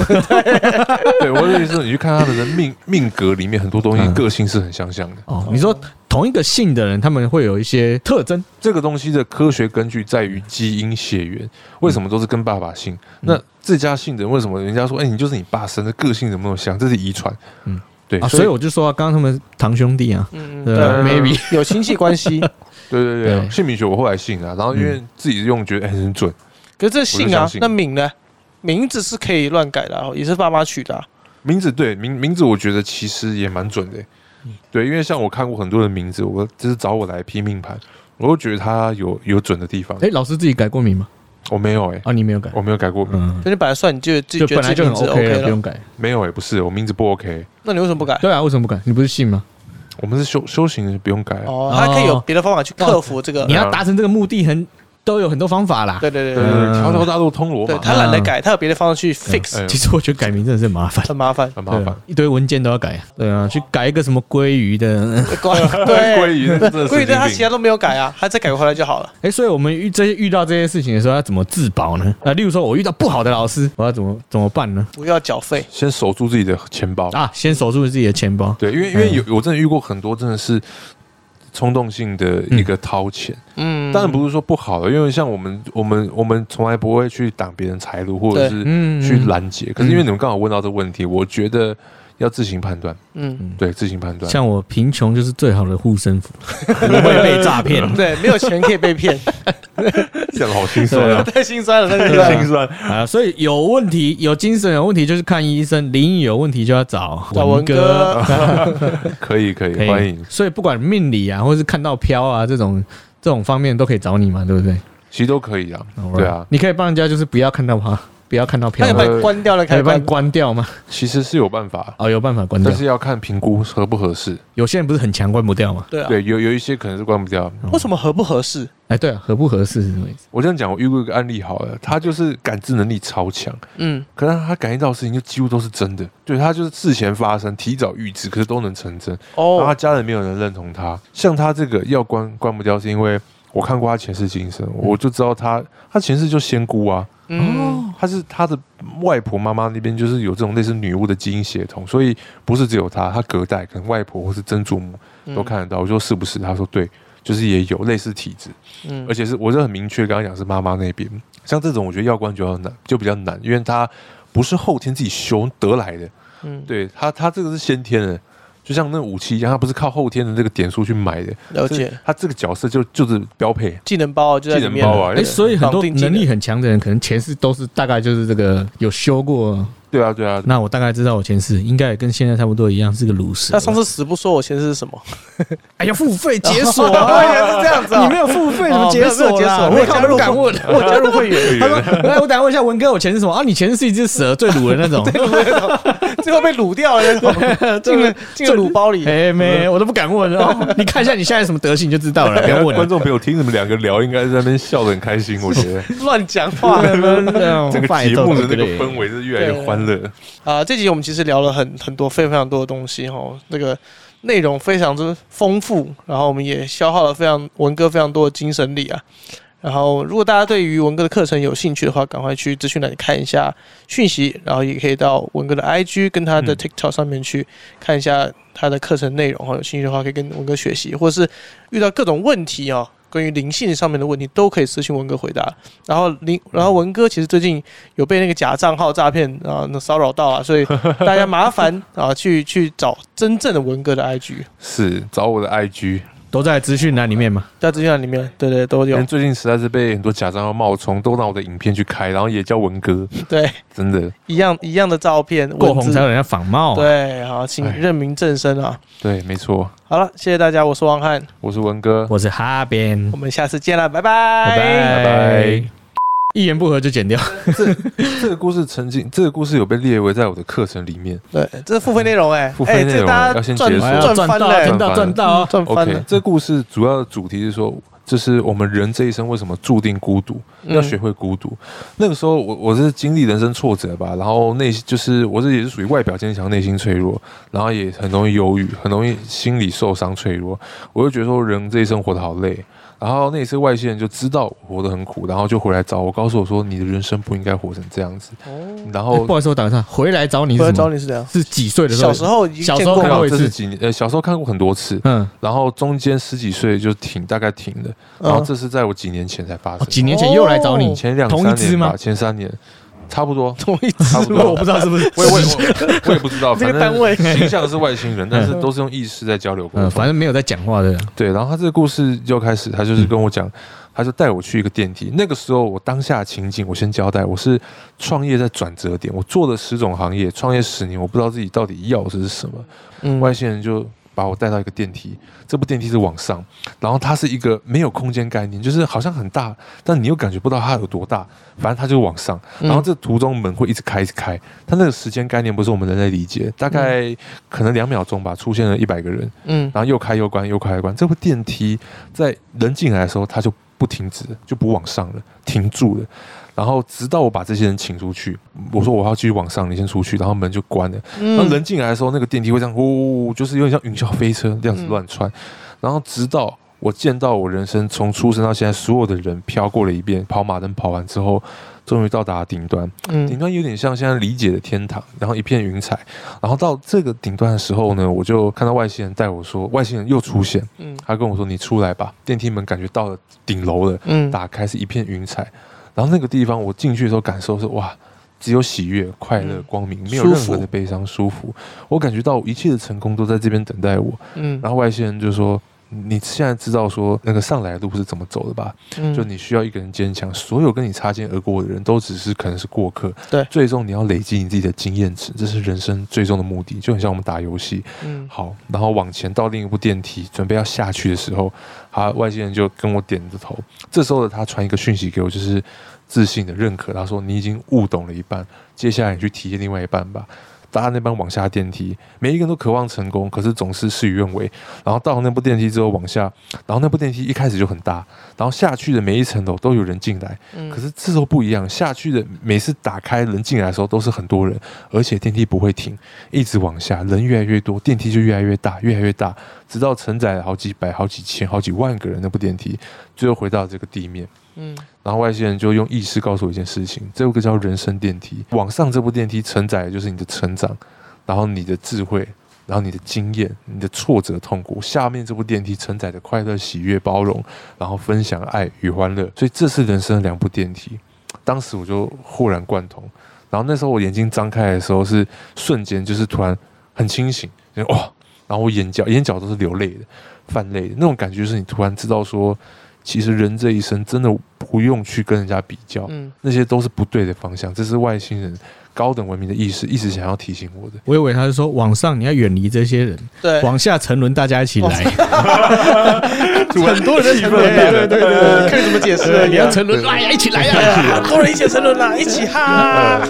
[SPEAKER 1] 对我的意思是，你去看他们的
[SPEAKER 2] (laughs)
[SPEAKER 1] 命命格里面很多东西
[SPEAKER 2] 嗯
[SPEAKER 1] 个性是很相像的。
[SPEAKER 2] 哦，你说同一个姓的人，他们会有一些特征，
[SPEAKER 1] 这个东西的科学根据在于基因血缘，为什么都是跟爸爸姓？
[SPEAKER 2] 嗯
[SPEAKER 1] 那自家姓的人为什么人家说，哎，你就是你爸生的，个性怎么那么像？这是遗传。
[SPEAKER 2] 嗯
[SPEAKER 1] 嗯，对
[SPEAKER 2] 啊，，所以我就说啊刚刚他们堂兄弟啊，
[SPEAKER 3] 嗯，
[SPEAKER 2] 对
[SPEAKER 3] 对
[SPEAKER 2] 啊，maybe
[SPEAKER 3] 有亲戚关系，
[SPEAKER 1] 对对对
[SPEAKER 2] 对嗯
[SPEAKER 1] 对，姓名学我后来信啊，然后因为自己用觉得哎很准，
[SPEAKER 3] (laughs) 可是这姓啊
[SPEAKER 1] 相，信
[SPEAKER 3] 那名呢？名字是可以乱改的、啊，也是爸妈取的啊、
[SPEAKER 1] 名字对名名字，我觉得其实也蛮准的、
[SPEAKER 3] 嗯
[SPEAKER 1] 对，因为像我看过很多的名字，我就是找我来批命盘，我都觉得他有有准的地方。
[SPEAKER 2] 哎，老师自己改过名吗？
[SPEAKER 1] 我没有哎、
[SPEAKER 3] 哦
[SPEAKER 2] 啊，你没有改，
[SPEAKER 1] 我没有改过名，
[SPEAKER 2] 嗯，
[SPEAKER 3] 所以你本来算你就自己
[SPEAKER 2] 就
[SPEAKER 3] 觉得
[SPEAKER 2] 本来
[SPEAKER 3] 自己
[SPEAKER 2] 就很
[SPEAKER 3] 名字
[SPEAKER 2] OK 啊了，不
[SPEAKER 3] OK 了，
[SPEAKER 2] 用改。
[SPEAKER 1] 没有哎、不是我名字不 OK，
[SPEAKER 3] 那你为什么不改？
[SPEAKER 2] 对啊，为什么不改？你不是信吗？
[SPEAKER 1] 我们是修修行，不用改、啊
[SPEAKER 3] 哦，他可以有别的方法去克服这个
[SPEAKER 2] 你。要达成这个目的很，都有很多方法啦。
[SPEAKER 3] 啊对对
[SPEAKER 1] 对
[SPEAKER 3] 对
[SPEAKER 1] 对
[SPEAKER 3] 对
[SPEAKER 1] 对，
[SPEAKER 2] 嗯
[SPEAKER 1] 呃条条大路通罗
[SPEAKER 3] 对，
[SPEAKER 1] 马，
[SPEAKER 3] 他懒得改，他有别的方式去 fix，
[SPEAKER 1] 哎
[SPEAKER 2] 其实我觉得改名真的是很麻烦，
[SPEAKER 3] 很麻烦。
[SPEAKER 1] 很麻
[SPEAKER 2] 对
[SPEAKER 1] 烦
[SPEAKER 2] 啊。，一堆文件都要改。对啊，去改一个什么鲑鱼的， (laughs)
[SPEAKER 1] (laughs) 鲑
[SPEAKER 3] (laughs) 对，
[SPEAKER 1] 鱼真的
[SPEAKER 3] 鲑鱼
[SPEAKER 1] 是
[SPEAKER 3] 对他其他都没有改啊，他再改回来就好了。
[SPEAKER 2] 哎，所以我们遇这些遇到这些事情的时候，要怎么自保呢？啊，例如说我遇到不好的老师，我要怎么怎么办呢？
[SPEAKER 3] 不要缴费，
[SPEAKER 1] 先守住自己的钱包。
[SPEAKER 2] 啊，先守住自己的钱包。
[SPEAKER 1] 对，因为因为有我真的遇过很多真的是冲动性的一个掏钱，
[SPEAKER 3] 嗯，
[SPEAKER 1] 当然不是说不好的，因为像我们我们我们从来不会去挡别人财路，或者
[SPEAKER 3] 对
[SPEAKER 1] 是
[SPEAKER 2] 嗯
[SPEAKER 1] 去拦截。可是因为你们刚好问到这个问题，我觉得要自行判断，
[SPEAKER 3] 嗯，
[SPEAKER 1] 对，自行判断。
[SPEAKER 2] 像我贫穷就是最好的护身符，不会被诈骗。
[SPEAKER 1] (laughs)
[SPEAKER 2] (laughs)
[SPEAKER 3] 对，没有钱可以被骗，
[SPEAKER 1] 讲的好心酸啊，
[SPEAKER 3] (laughs) 太心酸了，那
[SPEAKER 1] 太心
[SPEAKER 3] 个
[SPEAKER 1] 酸。
[SPEAKER 2] 啊，所以有问题，有精神有问题就是看医生，灵异有问题就要找
[SPEAKER 3] 找文
[SPEAKER 2] 哥，
[SPEAKER 3] 哥，
[SPEAKER 1] (laughs) 可以可以
[SPEAKER 2] 可，以
[SPEAKER 1] 欢迎，
[SPEAKER 2] 所以不管命理啊，或是看到飘啊这种这种方面都可以找你嘛，对不对？
[SPEAKER 1] 其实都可以啊，对啊，
[SPEAKER 2] 你可以帮人家就是不要看到他，不要看到飘
[SPEAKER 3] 那
[SPEAKER 2] 啊，
[SPEAKER 3] 你
[SPEAKER 1] 们
[SPEAKER 3] 把你关掉了，
[SPEAKER 2] 可
[SPEAKER 3] 开
[SPEAKER 2] 以
[SPEAKER 3] 始
[SPEAKER 2] 帮你
[SPEAKER 3] 关。
[SPEAKER 2] 关掉吗？
[SPEAKER 1] 其实是有办法，
[SPEAKER 2] 哦，有办法关掉
[SPEAKER 1] 但。是要看评估合不合适。
[SPEAKER 2] 有些人不是很强关不掉吗？
[SPEAKER 3] 对啊，
[SPEAKER 1] 对，有有一些可能是关不掉。
[SPEAKER 3] 为什么合不合适？
[SPEAKER 2] 哎，对啊，合不合适是什么意思？
[SPEAKER 1] 我这样讲，我遇过一个案例好了，他就是感知能力超强，
[SPEAKER 3] 嗯，
[SPEAKER 1] 可是他感应到的事情就几乎都是真的，对他就是事前发生、提早预知，可是都能成真。然后他
[SPEAKER 3] 哦，
[SPEAKER 1] 家人没有人认同他，像他这个要关关不掉，是因为我看过他前世今生，我就知道他他前世就仙姑啊，
[SPEAKER 3] 嗯，
[SPEAKER 1] 他是他的外婆妈妈那边就是有这种类似女巫的基因血统，所以不是只有他，他隔代可能外婆或是曾祖母
[SPEAKER 3] 嗯
[SPEAKER 1] 都看得到。我说是不是？他说对，就是也有类似体质，
[SPEAKER 3] 嗯，
[SPEAKER 1] 而且是我是很明确刚刚讲是妈妈那边，像这种我觉得要关就要难，就比较难，因为他不是后天自己修得来的，
[SPEAKER 3] 嗯，
[SPEAKER 1] 对他他这个是先天的。就像那武器一样，他不是靠后天的这个点数去买的，
[SPEAKER 3] 了解
[SPEAKER 1] 是他这个角色就就是标配，
[SPEAKER 3] 技能包就在里面
[SPEAKER 1] 技能包啊
[SPEAKER 3] 了。
[SPEAKER 2] 哎，
[SPEAKER 1] 对
[SPEAKER 2] 所以很多
[SPEAKER 3] 绑定技
[SPEAKER 2] 能
[SPEAKER 3] 能
[SPEAKER 2] 力很强的人，可能前世都是大概就是这个有修过。
[SPEAKER 1] 对啊对啊，
[SPEAKER 2] 那我大概知道我前世应该也跟现在差不多一样，是个鲁蛇。
[SPEAKER 3] 他上次死不说我前世是什么，
[SPEAKER 2] 哎呀，付费解锁
[SPEAKER 3] 哦 (laughs)
[SPEAKER 2] 啊，
[SPEAKER 3] 原来是这样子啊
[SPEAKER 2] 你没有付费怎么
[SPEAKER 3] 哦没
[SPEAKER 2] 解
[SPEAKER 3] 有没有
[SPEAKER 2] 锁
[SPEAKER 3] 解
[SPEAKER 2] 啦？
[SPEAKER 3] 锁
[SPEAKER 2] 我
[SPEAKER 3] 我
[SPEAKER 2] 靠
[SPEAKER 3] 加
[SPEAKER 2] 不
[SPEAKER 3] 入
[SPEAKER 2] 敢
[SPEAKER 3] 会
[SPEAKER 2] 问。
[SPEAKER 3] 我加入
[SPEAKER 1] (laughs)
[SPEAKER 3] 会员，
[SPEAKER 2] 他
[SPEAKER 1] 啊
[SPEAKER 2] (laughs) 说：“来，哎我等问一下文哥，我前世什么啊？你前世是一只蛇，最鲁的那种。 (laughs)
[SPEAKER 3] 最后被卤掉 (laughs) 了那种， (laughs) 进了进了卤包里。
[SPEAKER 2] 哎，没，我都不敢问哦。你看一下你现在什么德行就知道
[SPEAKER 1] (laughs)
[SPEAKER 2] 了，不要问
[SPEAKER 1] 观
[SPEAKER 2] 了。
[SPEAKER 1] 众朋友听你们两个聊，应该在那边笑得很开心，我 (laughs) 觉得。
[SPEAKER 3] (laughs) 乱讲话。
[SPEAKER 1] 整
[SPEAKER 2] 整
[SPEAKER 1] 个节目的那个氛围是越来越欢乐。
[SPEAKER 3] 啊、这集我们其实聊了很很多非常非常多的东西哈，那个内容非常之丰富，然后我们也消耗了非常文哥非常多的精神力啊。然后，如果大家对于文哥的课程有兴趣的话，赶快去资讯栏里看一下讯息，然后也可以到文哥的 IG 跟他的
[SPEAKER 1] 嗯
[SPEAKER 3] TikTok 上面去看一下他的课程内容哈。有兴趣的话，可以跟文哥学习，或是遇到各种问题哦，关于灵性上面的问题，都可以私信文哥回答。然后林，然后文哥其实最近有被那个假账号诈骗啊那骚扰到
[SPEAKER 1] (laughs)
[SPEAKER 3] 啊，所以大家麻烦啊去去找真正的文哥的 IG，
[SPEAKER 1] 是找我的 IG，
[SPEAKER 2] 都在资讯栏里面嘛。
[SPEAKER 3] 在资讯栏里面，
[SPEAKER 1] 哎
[SPEAKER 3] 对对都
[SPEAKER 1] 因
[SPEAKER 3] 有
[SPEAKER 1] 为，最近实在是被很多假账号冒充，都拿我的影片去开，然后也叫文哥，
[SPEAKER 3] 对
[SPEAKER 1] 真的
[SPEAKER 3] 一样一样的照片，
[SPEAKER 2] 过
[SPEAKER 3] 文
[SPEAKER 2] 红
[SPEAKER 3] 字
[SPEAKER 2] 才有人家仿冒、啊。
[SPEAKER 3] 对，好，请
[SPEAKER 1] 哎
[SPEAKER 3] 认明正身啊。
[SPEAKER 1] 对，没错，
[SPEAKER 3] 好了，谢谢大家，我是王翰，
[SPEAKER 1] 我是文哥，
[SPEAKER 2] 我是哈边
[SPEAKER 3] 我，们下次见了，拜
[SPEAKER 2] 拜
[SPEAKER 1] 拜拜。
[SPEAKER 2] 一言不合就剪掉，
[SPEAKER 1] 这个故事曾经，这个故事有被列为在我的课程里面。
[SPEAKER 3] 对，这是付费内容哎、
[SPEAKER 1] 付费
[SPEAKER 3] 哎、
[SPEAKER 1] 内
[SPEAKER 3] 这
[SPEAKER 1] 容
[SPEAKER 3] 大家
[SPEAKER 1] 要先
[SPEAKER 3] 赚
[SPEAKER 1] 解锁
[SPEAKER 3] 赚
[SPEAKER 2] 赚
[SPEAKER 3] 翻
[SPEAKER 2] 到
[SPEAKER 3] 了、
[SPEAKER 2] 啊，
[SPEAKER 1] 赚翻了
[SPEAKER 2] 赚到，赚到哦！
[SPEAKER 3] 赚翻了
[SPEAKER 1] OK，这故事主要的主题是说，就是我们人这一生为什么注定孤独，
[SPEAKER 3] 嗯
[SPEAKER 1] 要学会孤独。那个时候我我是经历人生挫折吧，然后内心就是我这也是属于外表坚强，内心脆弱，然后也很容易忧郁，很容易心理受伤脆弱。我就觉得说人这一生活得好累。然后那一次外星人就知道我活得很苦，然后就回来找我，告诉我说你的人生不应该活成这样子。
[SPEAKER 3] 哦
[SPEAKER 1] 然
[SPEAKER 2] 哎
[SPEAKER 1] 后
[SPEAKER 2] 不好意思，我打个岔，回来找你
[SPEAKER 3] 我
[SPEAKER 2] 是
[SPEAKER 3] 来
[SPEAKER 2] 什
[SPEAKER 3] 找
[SPEAKER 2] 么？
[SPEAKER 3] 你是这样，
[SPEAKER 2] 是几岁的时候？
[SPEAKER 3] 小时候已经
[SPEAKER 2] 小
[SPEAKER 3] 见
[SPEAKER 2] 时候
[SPEAKER 3] 过
[SPEAKER 1] 看
[SPEAKER 2] 看
[SPEAKER 3] 了
[SPEAKER 1] 过
[SPEAKER 2] 过一
[SPEAKER 1] 这
[SPEAKER 2] 次
[SPEAKER 1] 是几年，呃，小时候看过很多次，
[SPEAKER 2] 嗯，
[SPEAKER 1] 然后中间十几岁就停，大概停了。然后
[SPEAKER 3] 嗯
[SPEAKER 1] 这是在我几年前才发
[SPEAKER 2] 哦
[SPEAKER 1] 生，
[SPEAKER 2] 几年前又来找你
[SPEAKER 3] 哦，
[SPEAKER 1] 前两
[SPEAKER 2] 同一
[SPEAKER 1] 三
[SPEAKER 2] 只
[SPEAKER 1] 年
[SPEAKER 2] 吗
[SPEAKER 1] 吧，前三年差不多。
[SPEAKER 3] 同一
[SPEAKER 1] 差不
[SPEAKER 3] 只
[SPEAKER 1] 多
[SPEAKER 2] 我不知道是不是。
[SPEAKER 1] 我也我也我我也不知
[SPEAKER 2] (laughs)
[SPEAKER 1] 道，
[SPEAKER 3] 这
[SPEAKER 1] 反
[SPEAKER 3] 个单位
[SPEAKER 1] 正形象是外星人，但是都是用意识在交流沟
[SPEAKER 2] 嗯，
[SPEAKER 1] 通
[SPEAKER 2] 反。正没有在讲话的。
[SPEAKER 1] 对，然后他这个故事就开始，他
[SPEAKER 2] 嗯
[SPEAKER 1] 就是跟我讲，他就带我去一个电梯。那个时候我当下的情景，我先交代，我是创业在转折点，我做了十种行业，创业十年，我不知道自己到底要的是什么。
[SPEAKER 3] 嗯
[SPEAKER 1] 外星人就把我带到一个电梯，这部电梯是往上，然后它是一个没有空间概念，就是好像很大，但你又感觉不到它有多大，反正它就往上。
[SPEAKER 3] 嗯
[SPEAKER 1] 然后这途中门会一直开，一直开。它那个时间概念不是我们人类理解，大概可能两秒钟吧，出现了一百个人，
[SPEAKER 3] 嗯
[SPEAKER 1] 然后又开又关，又开又关。这部电梯在人进来的时候，它就不停止，就不往上了，停住了。然后直到我把这些人请出去，我说我要继续往上，你先出去，然后门就关了。那
[SPEAKER 3] 嗯
[SPEAKER 1] 人进来的时候，那个电梯会这样呜、呜，就是有点像云霄飞车这样子乱窜。然后直到我见到我人生从出生到现在所有的人飘过了一遍，跑马灯跑完之后，终于到达顶端。顶
[SPEAKER 3] 嗯
[SPEAKER 1] 端有点像现在理解的天堂，然后一片云彩。然后到这个顶端的时候呢，我就看到外星人带我说，外星人又出现，
[SPEAKER 3] 嗯
[SPEAKER 1] 他跟我说：“你出来吧。”电梯门感觉到了顶楼了，
[SPEAKER 3] 嗯
[SPEAKER 1] 打开是一片云彩。然后那个地方我进去的时候感受是哇，只有喜悦、快乐、
[SPEAKER 3] 嗯
[SPEAKER 1] 光明，没有
[SPEAKER 3] 舒
[SPEAKER 1] 任
[SPEAKER 3] 服
[SPEAKER 1] 何的悲伤、舒服。我感觉到一切的成功都在这边等待我。
[SPEAKER 3] 嗯
[SPEAKER 1] 然后外星人就说：“你现在知道说那个上来的路是怎么走的吧？
[SPEAKER 3] 嗯
[SPEAKER 1] 就你需要一个人坚强，所有跟你擦肩而过的人都只是可能是过客。
[SPEAKER 3] 对
[SPEAKER 1] 最终你要累积你自己的经验值，这是人生最终的目的。就很像我们打游戏，
[SPEAKER 3] 嗯
[SPEAKER 1] 好，然后往前到另一部电梯，准备要下去的时候，他外星人就跟我点着头。这时候的他传一个讯息给我，就是自信的认可。他说：“你已经悟懂了一半，接下来你去体验另外一半吧。”搭那班往下电梯，每一个人都渴望成功，可是总是事与愿违。然后到那部电梯之后往下，然后那部电梯一开始就很大，然后下去的每一层楼都有人进来，
[SPEAKER 3] 嗯
[SPEAKER 1] 可是这时候不一样，下去的每次打开人进来的时候都是很多人，而且电梯不会停，一直往下，人越来越多，电梯就越来越大，越来越大，直到承载了好几百、好几千、好几万个人那部电梯，最后回到这个地面。
[SPEAKER 3] 嗯
[SPEAKER 1] 然后外星人就用意识告诉我一件事情，这个叫人生电梯。往上这部电梯承载的就是你的成长，然后你的智慧，然后你的经验，你的挫折痛苦。下面这部电梯承载的快乐、喜悦、包容，然后分享爱与欢乐。所以这是人生的两部电梯。当时我就豁然贯通。然后那时候我眼睛张开的时候是瞬间，就是突然很清醒，就哇！然后我眼角眼角都是流泪的，泛泪的那种感觉，就是你突然知道说，其实人这一生真的不用去跟人家比较，
[SPEAKER 3] 嗯，
[SPEAKER 1] 那些都是不对的方向。这是外星人高等文明的意识一直想要提醒我的。
[SPEAKER 2] 我以为他是说往上你要远离这些人，
[SPEAKER 3] 对，
[SPEAKER 2] 往下沉沦，大家一起来。
[SPEAKER 1] 很多人
[SPEAKER 3] 沉沦
[SPEAKER 2] 对对
[SPEAKER 3] 了
[SPEAKER 2] 对对对
[SPEAKER 3] 看你怎么解释
[SPEAKER 2] 对，
[SPEAKER 3] 了。
[SPEAKER 2] 你要沉沦，来呀，一起来呀！
[SPEAKER 3] (laughs) 多人一起沉沦啦，一起哈。